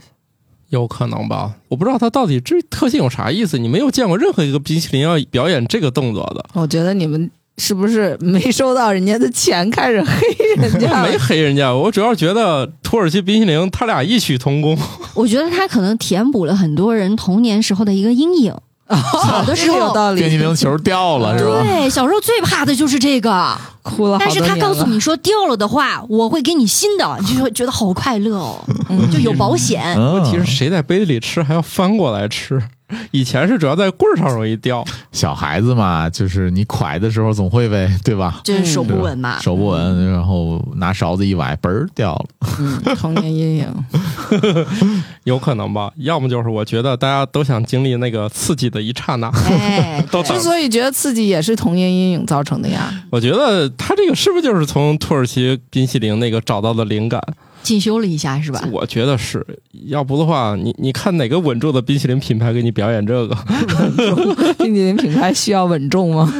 有可能吧，我不知道它到底这特性有啥意思。你没有见过任何一个冰淇淋要表演这个动作的，
我觉得你们是不是没收到人家的钱，开始黑人
啊
家
没
了？
黑人家。我主要觉得土耳其冰淇淋，它俩异曲同工。
我觉得它可能填补了很多人童年时候的一个阴 影。小的时
哦这个有
候，
道
冰淇
理，
淋球掉了是吧？
对，小时候最怕的就是这个。
哭了好
但
多
是
年了。
他告诉你说掉了的话，我会给你新的，你就会觉得好快乐 哦，
嗯，
就有保险。
问
问题是谁在杯里吃还要翻过来吃？ 以前是主要在棍儿上容易掉，
小孩子嘛，就是你蒯的时候总会呗，对吧？
就是手不稳嘛，
手不稳，然后拿勺子一崴，嘣儿掉了。
嗯童年阴
嗯
影。
有可能吧？要么就是我觉得大家都想经历那个刺激的一刹那。
哎，
都
对
长
之所以觉得刺激，也是童年阴影造成的呀。
我觉得他这个是不是就是从土耳其冰淇淋那个找到的灵感？
进修了一下是吧？
我觉得是要不的话，你你看哪个稳住的冰淇淋品牌给你表演这个？
冰淇淋品牌需要稳重吗？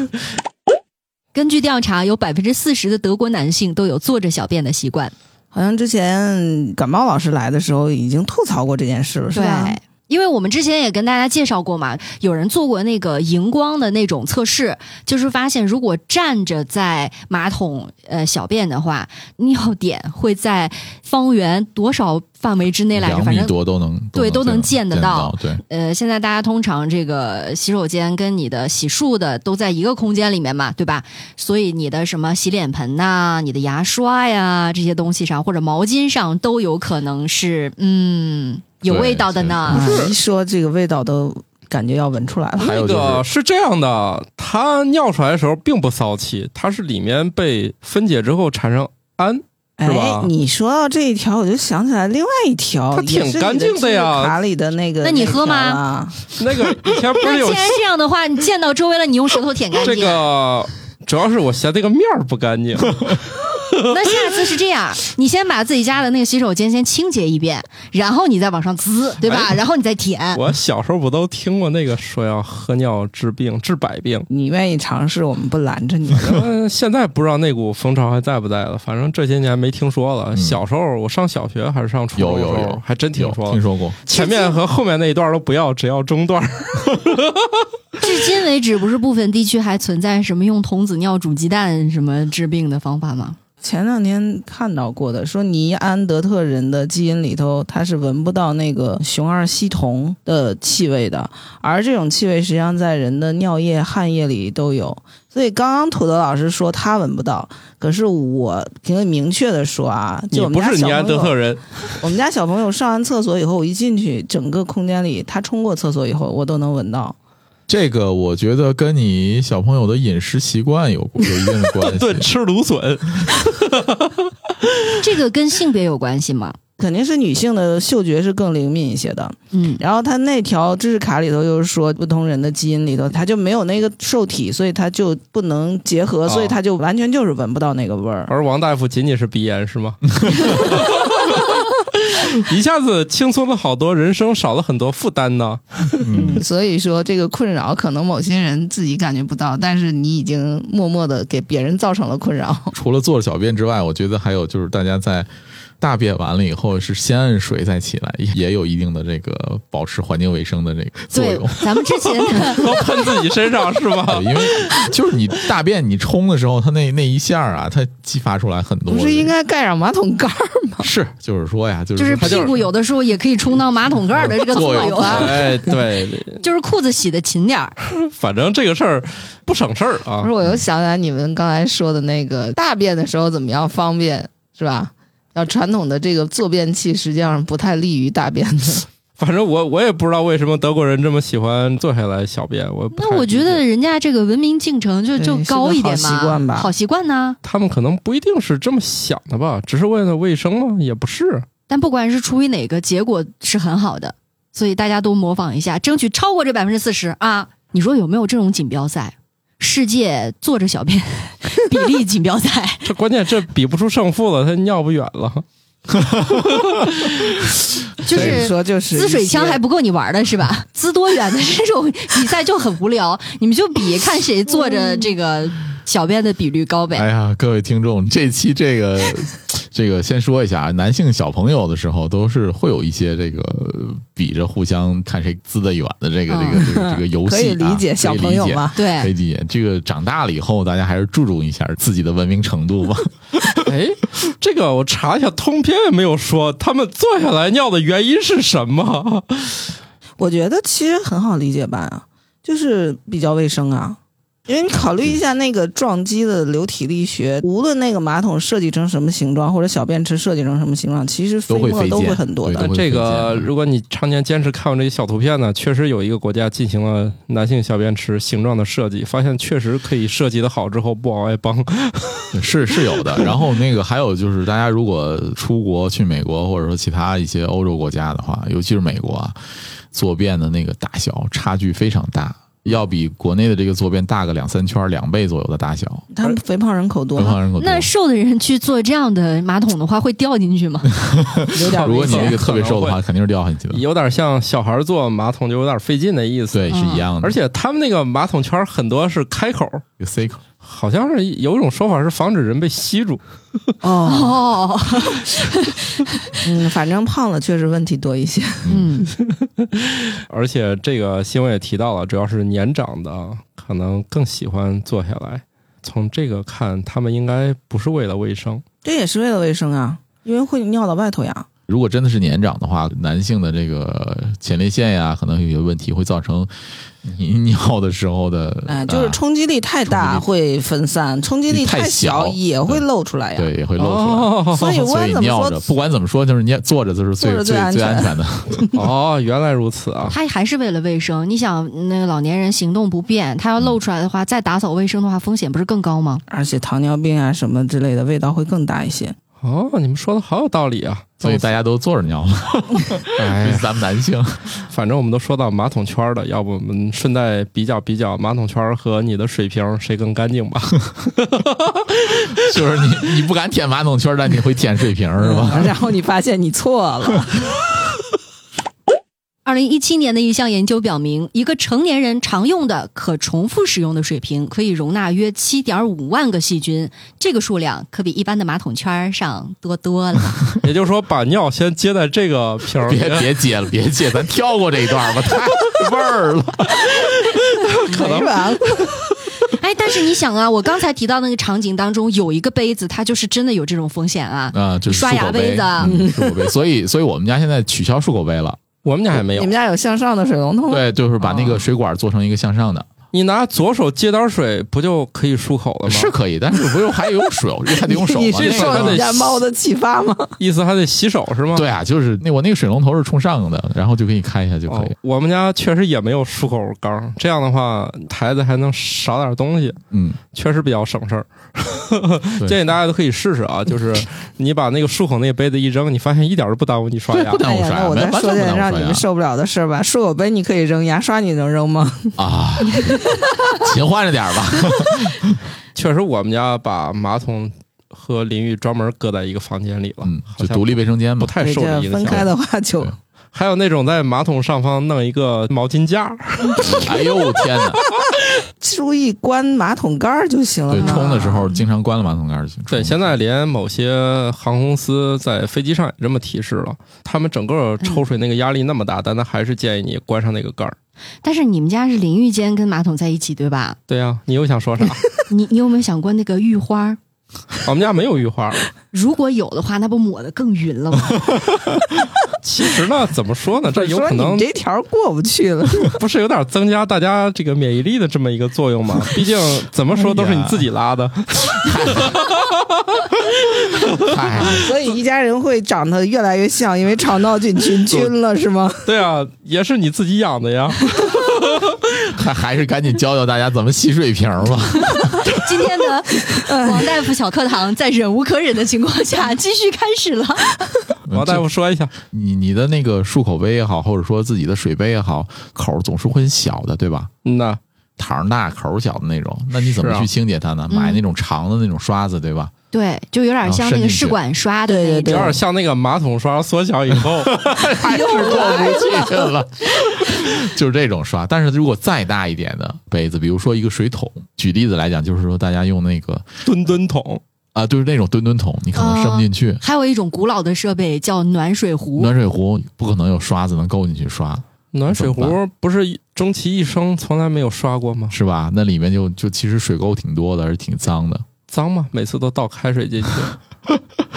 根据调查，有百分之四十的德国男性都有坐着小便的习惯。
好像之前感冒老师来的时候已经吐槽过这件事了，是吧？
对，因为我们之前也跟大家介绍过嘛，有人做过那个荧光的那种测试，就是发现如果站着在马桶呃小便的话，尿点会在方圆多少范围之内来着？
两
反
米
正
多都能
对都能见得
得
到。
对，
呃，现在大家通常这个洗手间跟你的洗漱的都在一个空间里面嘛，对吧？所以你的什么洗脸盆呐、你的牙刷呀这些东西上，或者毛巾上，都有可能是嗯有
对
味道的呢。
啊，一说这个味道都感觉要闻出来了。
还有就是
那个是这样的，它尿出来的时候并不骚气，它是里面被分解之后产生氨，是吧
哎，你说到这一条，我就想起来另外一条，
它挺
也是你
干净的
记忆
呀
卡里的那个，
那你喝吗
那条啊？
那个以前不
那
是有
既然这样的话，你见到周围了，你用舌头舔干净。
这个。主要是我嫌这个面儿不干 净，
那下次是这样，你先把自己家的那个洗手间先清洁一遍，然后你再往上滋，对吧？
哎
然后你再舔。
我小时候不都听过那个说要喝尿治病治百病，
你愿意尝试，我们不拦着你。
然后现在不知道那股风潮还在不在了，反正这些年没听说了。
嗯
小时候我上小学还是上初中
有
的时
有
候，
有，
还真听
有
说了
听说过。
前面和后面那一段都不要，只要中段。
至今为止，不是部分地区还存在什么用童子尿煮鸡蛋什么治病的方法吗？
前两天看到过的，说尼安德特人的基因里头，他是闻不到那个熊二烯酮的气味的，而这种气味实际上在人的尿液、汗液里都有。所以刚刚土豆老师说他闻不到，可是我可以明确的说啊，
你
就我们
不
家
是
小
尼安
朋
德
友，
特 人，
我们家小朋友上完厕所以后，我一进去，整个空间里他冲过厕所以后，我都能闻到。
这个我觉得跟你小朋友的饮食习惯有有一定的关系。
顿吃芦 笋，
这个跟性别有关系吗？
肯定是女性的嗅觉是更灵敏一些的，
嗯，
然后他那条知识卡里头又是说，不同人的基因里头，他就没有那个受体，所以他就不能结合，
哦
所以他就完全就是闻不到那个味儿。
而王大夫仅仅是鼻炎是吗？ 一下子轻松了好多，人生少了很多负担呢。
嗯，
所以说，这个困扰可能某些人自己感觉不到，但是你已经默默的给别人造成了困 扰。
除了做小便之外，我觉得还有就是大家在大便完了以后是先摁水再起来，也也有一定的这个保持环境卫生的这个作
对
用。，
咱们之前
都喷自己身上是吗？
对因为就是你大便你冲的时候，它那那一下啊，它激发出来很多。
不是应该盖上马桶盖儿？
是就是说呀，就
就是是
说它
屁股有的时候也可以充当马桶盖儿的这个作
作
用
用
啊，
哎，对，
就是裤子洗的勤点儿。
反正这个事儿不省事儿啊
不是，。我又想起来你们刚才说的那个大便的时候怎么样方便，是吧？要传统的这个坐便器实际上不太利于大便的。
反正我我也不知道为什么德国人这么喜欢坐下来小便。我不太
那我觉
理
得
解
人家这个文明进程就
对
就是高
个
一
好
点
习
嘛，
惯吧
好习惯呐。
他们可能不一定是这么想的吧，只是为了卫生吗？也不是。
但不管是出于哪个，结果是很好的，所以大家都模仿一下，争取超过这百分之四十啊！你说有没有这种锦标赛？世界坐着小便比例锦标 赛，
这关键这比不出胜负了，他尿不远 了。
就
所以
是
说就是
滋水枪还
一些
不够你玩的是吧？滋多远的这种比赛就很无聊，你们就比看谁坐着这个小便的比率高呗。
哎呀，各位听众，这期这个 这个先说一下啊，男性小朋友的时候都是会有一些这个呃比着互相看谁滋得远的这个、
嗯
这个这个这个游戏、啊，
可以理解小朋友嘛？
可以
对，
理解？可以理解。这个长大了以后，大家还是注重一下自己的文明程度吧。
哎，这个我查一下，通篇也没有说他们坐下来尿的原因是什么。
我觉得其实很好理解吧，就是比较卫生啊。因为你考虑一下那个撞击的流体力学，无论那个马桶设计成什么形状，或者小便池设计成什么形状，其实飞
都会
沫
飞溅
都会很多
对
的
都。会
这个，
推荐
如果你常年坚持看完这些小图片呢，确实有一个国家进行了男性小便池形状的设计，发现确实可以设计的好之后不往外帮。
是是有的。然后那个还有就是，大家如果出国去美国，或者说其他一些欧洲国家的话，尤其是美国啊，坐便的那个大小差距非常大。要比国内的这个坐便大个两三圈儿，两倍左右的大小，
他们肥胖人口多
东
嘛，
方人口多。
那瘦的人去坐这样的马桶的话，会掉进 去吗？
有点
如
危
果你
险。
那个特别瘦的话，肯定是掉进去的。
有点像小孩坐马桶就有点费劲的意思。
对，是一样的。
嗯而且他们那个马桶圈很多是开口，
有 C 口，
好像是有一种说法是防止人被吸住。
哦，
哦，
嗯，反正胖了确实问题多一些。
嗯，
而且这个新闻也提到了，主要是年长的可能更喜欢坐下来。从这个看，他们应该不是为了卫生。
这也是为了卫生啊，因为会尿到外头呀。
如果真的是年长的话，男性的这个前列腺呀，可能有些问题会造成你尿的时候的，
哎，就是
啊
冲击力太大
冲
会分散，冲击力
你太
小
小
也会漏出来呀。
对，也会漏出来。
哦
所以无
所
论
以
怎么
尿
说
着，，不管怎么说，就是你坐着就是最
坐着最
最
安全
最安 全的。
哦，原来如此啊！
他还是为了卫生。你想，那个老年人行动不便，他要露出来的话，再打扫卫生的话，风险不是更高吗？
而且糖尿病啊什么之类的味道会更大一些。
哦，你们说的好有道理啊！
所以大 家都坐着尿嘛，
哎
尤其
呀
是，咱们男性。
反正我们都说到马桶圈儿了，要不我们顺带比较比较马桶圈儿和你的水瓶谁更干 净吧？
就是你你不敢舔马桶圈，但你会舔水瓶是 吧？
然后你发现你错 了，
二零一七年的一项研究表明，一个成年人常用的可重复使用的水瓶可以容纳约七点五万个细菌，这个数量可比一般的马桶圈儿上多多了。
也就是说，把尿先接在这个瓶儿里，
别别接了，别接，咱跳过这一段吧，太味儿了。
可能
狼。
哎，但是你想啊，我刚才提到那个场景当中，有一个杯子，它就是真的有这种风险啊。
啊，就是
刷
漱
牙
口
杯
杯
子
嗯漱口杯。所以，所以我们家现在取消漱口杯了。
我们家也没
你
有
们。家有向上的水龙头吗？
对，就是把那
哦
个水管做成一个向上的，
你拿左手接点水，不就可以漱口了吗？
是可以，但是不用还用手，还得用 手嘛。
你
那
是
个
受
还
还
得
你家猫的启发吗？
意思还得洗手是吗？
对啊，就是那我那个水龙头是冲上的，然后就可以开一下就可
哦
以。，
我们家确实也没有漱口缸，这样的话孩子还能少点东西，
嗯，
确实比较省事儿。
对
建议大家都可以试试啊，就是你把那个漱口那杯子一扔，你发现一点都不耽误你刷
对
牙
不。耽
哎
误
呀，
刷
那
牙，
我
完
再
完全
说
不
点
耽
让
误
你
刷牙
们受不了的事儿吧。漱口杯你可以扔，牙刷你能扔吗？
啊， 勤换着点儿吧。
确实，我们家把马桶和淋浴专门搁在一个房间里了，
嗯，
好
就
像
独立卫生间嘛
不。太受
这
这影
分开
响。
的话就
对
还有那种在马桶上方弄一个毛巾架，
哎呦天 哪！
注意关马桶盖儿就行了
对，
嘛。
冲的时候经常关了马桶盖儿去冲。
对，现在连某些航空公司在飞机上也这么提示了，他们整个抽水那个压力那么大，但他还是建议你关上那个盖儿。
但是你们家是淋浴间跟马桶在一起，对吧？
对呀、你又想说 啥？
你你有没有想过那个浴花？
我们家没有浴花。
如果有的话，那不抹得更匀了吗？
其实呢，怎么说呢？这
我
有
说
可
你
能
这条儿过不去 了，
不是有点增加大家这个免疫力的这么一个作用吗？毕竟怎么说都是你自己拉的。
嗨，
所以一家人会长得越来越像，因为肠道菌 群菌了是吗？
对啊，也是你自己养的呀。
还还是赶紧教教大家怎么洗水瓶儿吧。
今天的王大夫小课堂在忍无可忍的情况 下继续开始了。
王大夫说一下，
你你的那个漱口杯也好，或者说自己的水杯也好，口儿总是会很小的，对吧？
嗯呐，
膛儿大口儿小的那种，那你怎么
是啊
去清洁它呢？
嗯
买那种长的那种刷子，对吧？
对，就有点像那个试管刷的那
对
有
种
点。像那个马桶刷缩小以 后，
还是过
哎
不去了，就是这种刷。但是如果再大一点的杯子，比如说一个水桶，举例子来讲，就是说大家用那个
蹲蹲桶。
啊、就是那种蹲蹲桶，你可
哦
能伸不进去。
还有一种古老的设备叫暖水壶，
暖水壶不可能有刷子能够进去刷，
暖水
怎么
壶不是终其一生从来没有刷过吗？
是吧？那里面就就其实水垢挺多的，而且挺脏的。
脏吗？每次都倒开水 进去。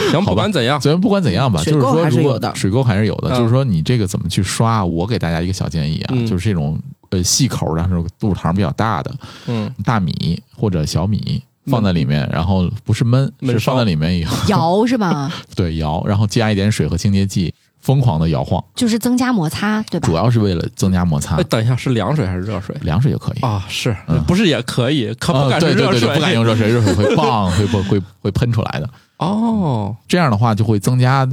行，
好吧
不管怎样，
虽然不管怎样吧，
水
就
垢
是说
还是
如
有
果
的
水垢还是有的，
嗯
就是说你这个怎么去刷？我给大家一个小建议啊，
嗯
就是这种呃细口的，然后肚肠比较大的
嗯，
大米或者小米。放在里面，然后不是焖，
焖
是
烧
放在里面以后，
摇是吧？
对摇，然后加一点水和清洁剂，疯狂的摇晃，
就是增加摩擦，对吧
主？要是为了增加摩擦
哎，。等一下，是凉水还是热 水？
凉水也可以，
啊，是
嗯
不是也可以？可不
啊
敢是
对对
热
对
水
对，，不敢用热水，热水会 棒，会会会会喷出来的。
哦，
这样的话就会增加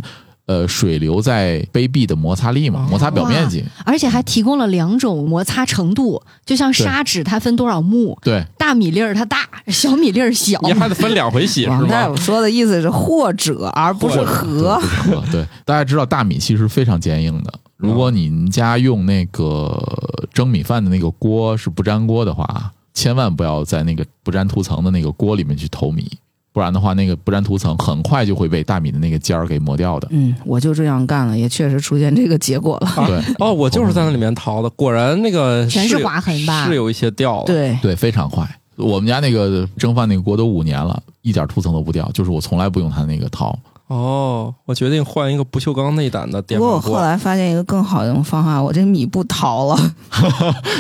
呃水流在杯壁的摩擦力嘛，
哦
摩擦表面积。
而且还提供了两种摩擦程度，就像砂纸它分多少目，
对，
大米粒儿它大，小米粒儿小。
你还得分两回洗
哦
是
王大
吗
夫？说的意思是或者，而不是
或者
和。
不是和 对，大家知道大米其实非常坚硬的。如果你们家用那个蒸米饭的那个锅是不粘锅的话，千万不要在那个不粘涂层的那个锅里面去投米，不然的话，那个不粘涂层很快就会被大米的那个尖儿给磨掉的。
嗯，我就这样干了，也确实出现这个结果了。
啊
对，
哦，我就是在那里面淘的，果然那个
全是
有
划痕吧
是有一些掉了。
对，
对，非常快。我们家那个蒸饭那个锅都五年了，一点涂层都不掉，就是我从来不用它那个陶。
哦，我决定换一个不锈钢内胆的电
不
饭
过我后
锅。
来发现一个更好的方法，我这米不淘了。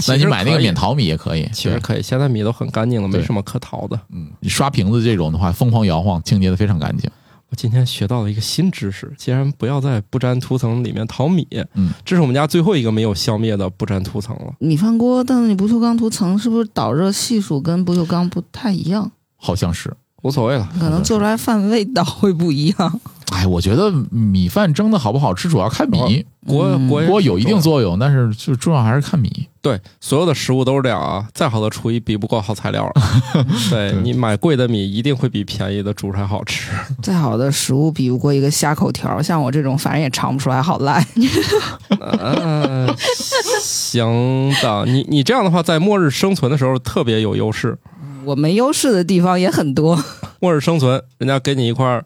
其
那你
实
买那个
可以
免淘米也可以，
其实
对
可以，现在米都很干净了，没
对
什么可淘的。
嗯，你刷瓶子这种的话，疯狂摇晃，清洁的非常干净。
我今天学到了一个新知识，竟然不要在不粘涂层里面淘米。
嗯，
这是我们家最后一个没有消灭的不粘涂层了。
米饭锅，但是你不锈钢涂层是不是导热系数跟不锈钢不太一样？
好像是，
无所谓了，
可能做出来饭味道会不一样。
哎，我觉得米饭蒸的好不好吃，主要看米，
锅
嗯
锅也
锅有
挺
一
重要
定作用，但是就重要还是看米。
对，所有的食物都是这样啊，再好的厨艺比不过好材料啊。 对
对
你买贵的米一定会比便宜的煮出来好吃。
再好的食物比不过一个虾口条，像我这种反正也尝不出来好 赖。
嗯、行的，你你这样的话，在末日生存的时候特别有优势。
我们优势的地方也很多，
末日生存，人家给你一块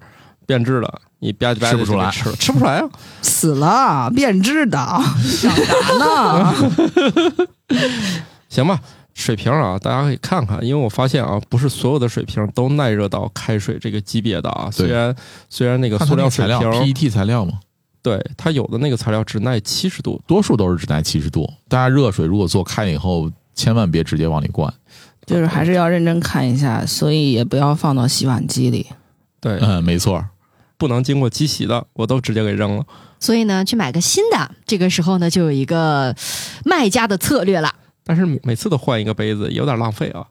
变质的，你吧唧吧唧
吃不出来
就给吃了吃不出来啊。
死 了变质的，想啥呢？
行吧，水瓶啊，大家可以看看，因为我发现啊，不是所有的水瓶都耐热到开水这个级别的啊。虽
对
然虽然那个
看
塑
它那
料水瓶
个材料
儿，
PET 材料嘛，
对它有的那个材料只耐七十度，
多数都是只耐七十度。大家热水如果做开以后，千万别直接往里灌。
就是还是要认真看一下，所以也不要放到洗碗机里。
对，
嗯，没错儿，
不能经过机洗的，我都直接给扔了。
所以呢，去买个新的，这个时候呢，就有一个卖家的策略了。
但是每每次都换一个杯子，有点浪费 啊。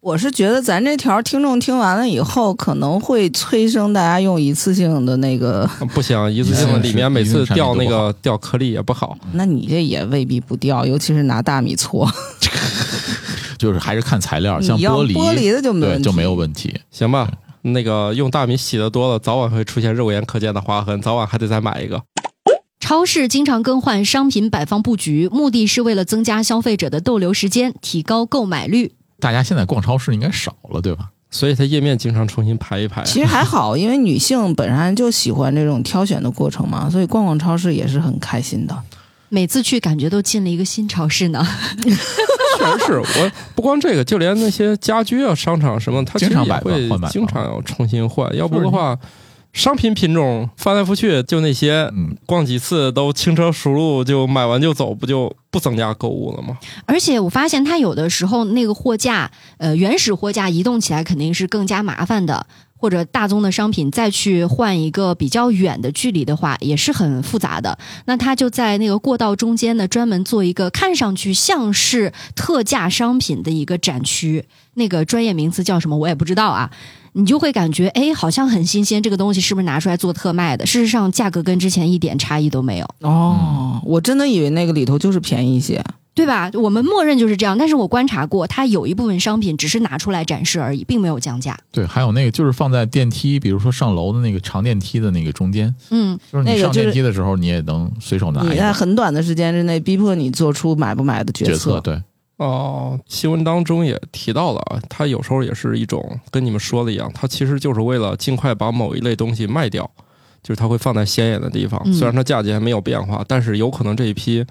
我是觉得咱这条听众听完了以后，可能会催生大家用一次性的那个，
啊不行，一次性的
是
里面每次
一次性
掉那
产品都不
个掉颗粒也不好。
那你这也未必不掉，尤其是拿大米搓，
就是还是看材料，啊像
你要
璃，
玻璃的就没
对
问题，
就没有问题。
行吧，那个用大米洗的多了，早晚会出现肉眼可见的划痕，早晚还得再买一个。
超市经常更换商品摆放布局，目的是为了增加消费者的逗留时间，提高购买率。
大家现在逛超市应该少了，对吧？
所以它页面经常重新排一排。
其实还好，因为女性本身就喜欢这种挑选的过程嘛，所以逛逛超市也是很开心的。
每次去感觉都进了一个新超市呢。
确 实是我不光这个，就连那些家居啊、商场什么，它其实
经常
也
摆吧
会
换摆吧
经常要重新换，要不的话。商品品种翻来覆去就那些，
嗯，
逛几次都轻车熟路，就买完就走，不就不增加购物了吗？
而且我发现它有的时候那个货架，呃，原始货架移动起来肯定是更加麻烦的，或者大宗的商品再去换一个比较远的距离的话，也是很复杂的。那它就在那个过道中间呢，专门做一个看上去像是特价商品的一个展区，那个专业名词叫什么我也不知道啊。你就会感觉，哎，好像很新鲜，这个东西是不是拿出来做特卖的？事实上，价格跟之前一点差异都没有。
哦，我真的以为那个里头就是便宜一些。
对吧？我们默认就是这样，但是我观察过，它有一部分商品只是拿出来展示而已，并没有降价。
对，还有那个就是放在电梯，比如说上楼的那个长电梯的那个中间，
嗯，
就是
那
你
个
上
就是
电梯的时候，你也能随手拿
你
一
在
个
很短的时间之内逼迫你做出买不买的决
决策，对，
哦，新闻当中也提到了啊，它有时候也是一种跟你们说的一样，它其实就是为了尽快把某一类东西卖掉，就是它会放在显眼的地方，
嗯
虽然它价钱没有变化，但是有可能这一批。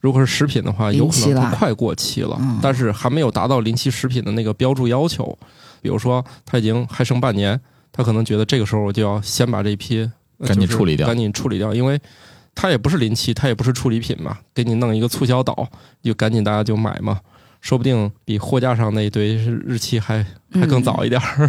如果是食品的话，有
临
可
期
能它
了
快过期了，
嗯
但是还没有达到临期食品的那个标注要求。比如说，它已经还剩半年，它可能觉得这个时候我就要先把这批呃
赶紧
就是
处理掉
赶紧处理掉，因为它也不是临期，它也不是处理品嘛，给你弄一个促销岛，就赶紧大家就买嘛，说不定比货架上那一堆是日期还
嗯
还更早一点 儿。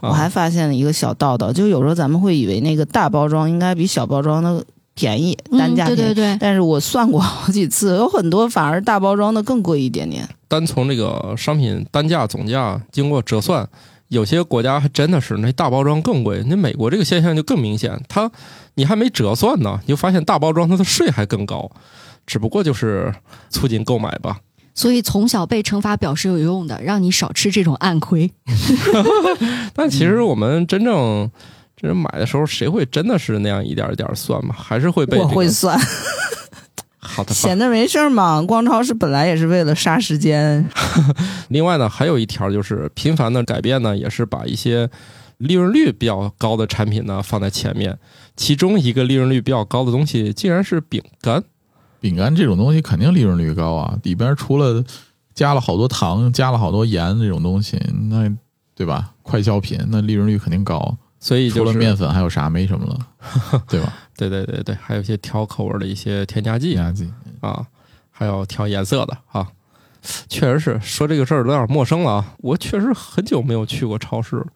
啊
我还发现了一个小道道，就有时候咱们会以为那个大包装应该比小包装的便宜，单价
嗯、对
便宜。
对对，
但是我算过好几次， 有很多反而大包装的更贵一点点。
单从这个商品单价总价经过折算，有些国家还真的是那大包装更贵。那美国这个现象就更明显，它你还没折算呢，你就发现大包装它的税还更高，只不过就是促进购买吧。
所以从小被惩罚表是有用的，让你少吃这种暗亏。
但其实我们真正真正买的时候，谁会真的是那样一点儿一点儿算嘛？还是会被、这
我
个、
会算，
好的吧
闲的没事儿嘛，逛超市本来也是为了杀时间。
另外呢，还有一条就是频繁的改变呢，也是把一些利润率比较高的产品呢放在前面。其中一个利润率比较高的东西，竟然是饼干。
饼干这种东西肯定利润率高啊，里边除了加了好多糖、加了好多盐这种东西，那对吧？快消品那利润率肯定高，
所以
除
就
了
是
面粉还有啥没什么了， 对吧？
对对对对，还有一些调口味的一些添加
添
剂
加剂，
啊，还有调颜色的啊，确实是说这个事儿有点陌生了啊。我确实很久没有去过超市了。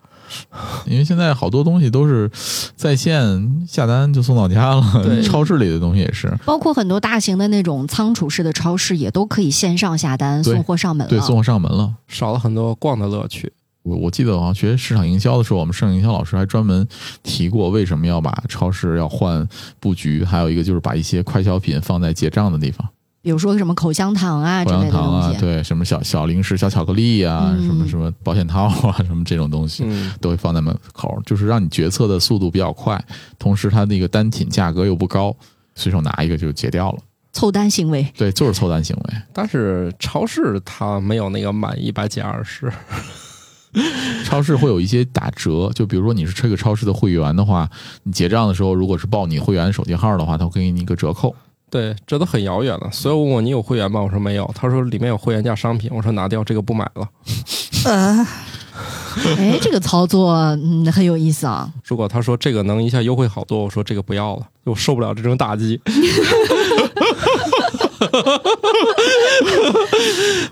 因为现在好多东西都是在线下单就送到家
对
了，超市里的东西也是，
包括很多大型的那种仓储式的超市，也都可以线上下单，
对
送货上门
啊
对，
了。
送上门了。
少了很多逛的乐趣。
我我记得好像学市场营销的时候，我们市场营销老师还专门提过，为什么要把超市要换布局，还有一个就是把一些快消品放在结账的地方，
比如说什么口香糖啊
口
之类
香
的
糖啊
东，西。
对，什么小小零食、小巧克力啊，
嗯
什么什么保险套啊，什么这种东西。
嗯，
都会放在门口，就是让你决策的速度比较快，同时它那个单品价格又不高，随手拿一个就结掉了。
凑单行为，
对，就是凑单行为。
但是超市它没有那个满一百减二十。
超市会有一些打折，就比如说你是这个超市的会员的话，你结账的时候如果是报你会员手机号的话，它会给你一个折扣。
对，这都很遥远了。所以我问我你有会员吗？我说没有。他说里面有会员价商品，我说拿掉这个不买了。
呃，
哎，这个操作嗯很有意思啊。
如果他说这个能一下优惠好多，我说这个不要了，我受不了这种打击。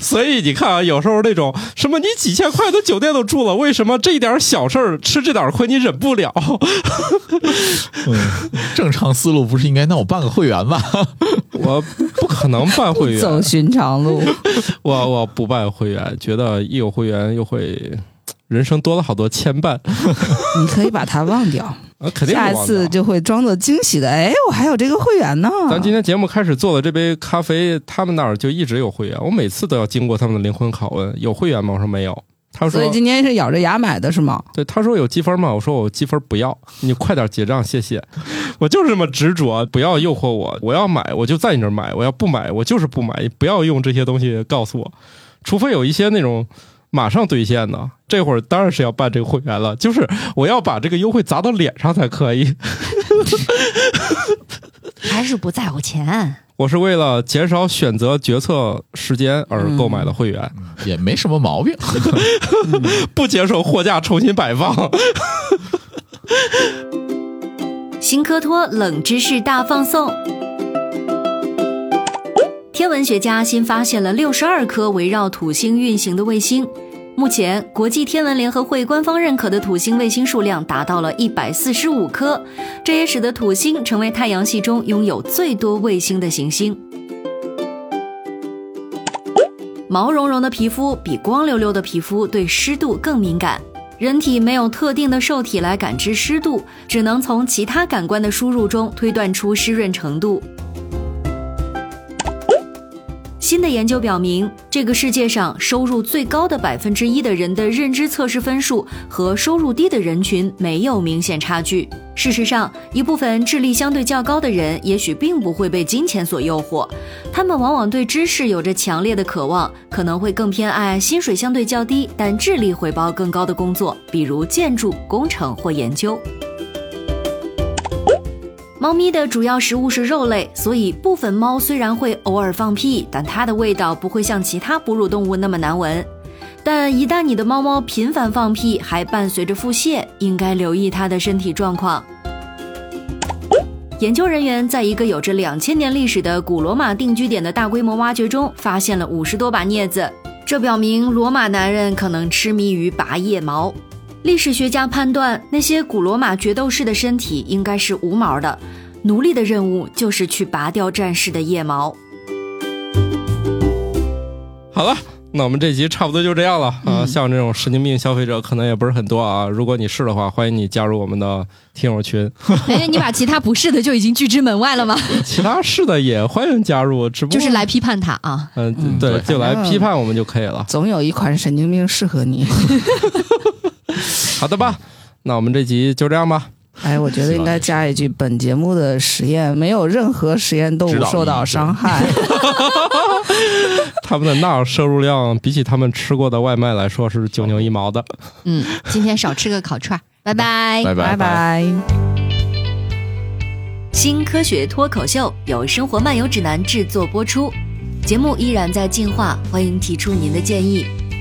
所以你看啊，有时候那种什么你几千块的酒店都住了，为什么这点小事儿吃这点亏你忍不了？
正常思路不是应该？那我办个会员吧。
我不可能办 会啊员，
走寻 常路，
我我不办会员，觉得一有会员又会人生多了好多牵 绊
你可以把它忘掉，
啊，肯定不
下
忘
一
掉
次就会装作惊喜的。哎，我还有这个会员呢。
咱今天节目开始做的这杯咖啡，他们那儿就一直有会员，我每次都要经过他们的灵魂拷问：有会员吗？我说没有。他说
所以今天是咬着牙买的是吗？
对，他说有积分吗？我说我积分不要，你快点结账，谢谢。 我就是这么执着，不要诱惑我，我要买我就在你这儿买，我要不买我就是不买，不要用这些东西告诉我，除非有一些那种马上兑现的，这会儿当然是要办这个会员了，就是我要把这个优惠砸到脸上才可以。
还是不在乎钱，
我是为了减少选择决策时间而购买的会员，
也没什么毛病。
不接受货架重新摆放。
新科托冷知识大放送。天文学家新发现了六十二颗围绕土星运行的卫星。目前，国际天文联合会官方认可的土星卫星数量达到了一百四十五颗，这也使得土星成为太阳系中拥有最多卫星的行星。毛茸茸的皮肤比光溜溜的皮肤对湿度更敏感。人体没有特定的受体来感知湿度，只能从其他感官的输入中推断出湿润程度。新的研究表明，这个世界上收入最高的百分之一的人的认知测试分数和收入低的人群没有明显差距。事实上，一部分智力相对较高的人也许并不会被金钱所诱惑，他们往往对知识有着强烈的渴望，可能会更偏爱薪水相对较低但智力回报更高的工作，比如建筑、工程或研究。猫咪的主要食物是肉类，所以部分猫虽然会偶尔放屁，但它的味道不会像其他哺乳动物那么难闻。但一旦你的猫猫频繁放屁，还伴随着腹泻，应该留意它的身体状况。研究人员在一个有着两千年历史的古罗马定居点的大规模挖掘中，发现了五十多把镊子，这表明罗马男人可能痴迷于拔腋毛。历史学家判断，那些古罗马决斗士的身体应该是无毛的，奴隶的任务就是去拔掉战士的腋毛。
好了，那我们这集差不多就这样了啊。像这种神经病消费者可能也不是很多啊。如果你是的话，欢迎你加入我们的听友群。
哎，你把其他不是的就已经拒之门外了吗？
其他是的也欢迎加入，只不过
就是来批判他啊。
嗯、
嗯
对，
对
就来批判我们就可以了。
总有一款神经病适合你。
好的吧，那我们这集就这样吧。
哎，我觉得应该加一句：本节目的实验没有任何实验动
指
物
导
受
意义
到
对
伤害。
他们的钠摄入量比起他们吃过的外卖来说是九牛一毛的。
嗯，今天少吃个烤串儿，拜拜。
拜
拜
拜
拜。
新科学脱口秀由生活漫游指南制作播出，节目依然在进化，欢迎提出您的建议，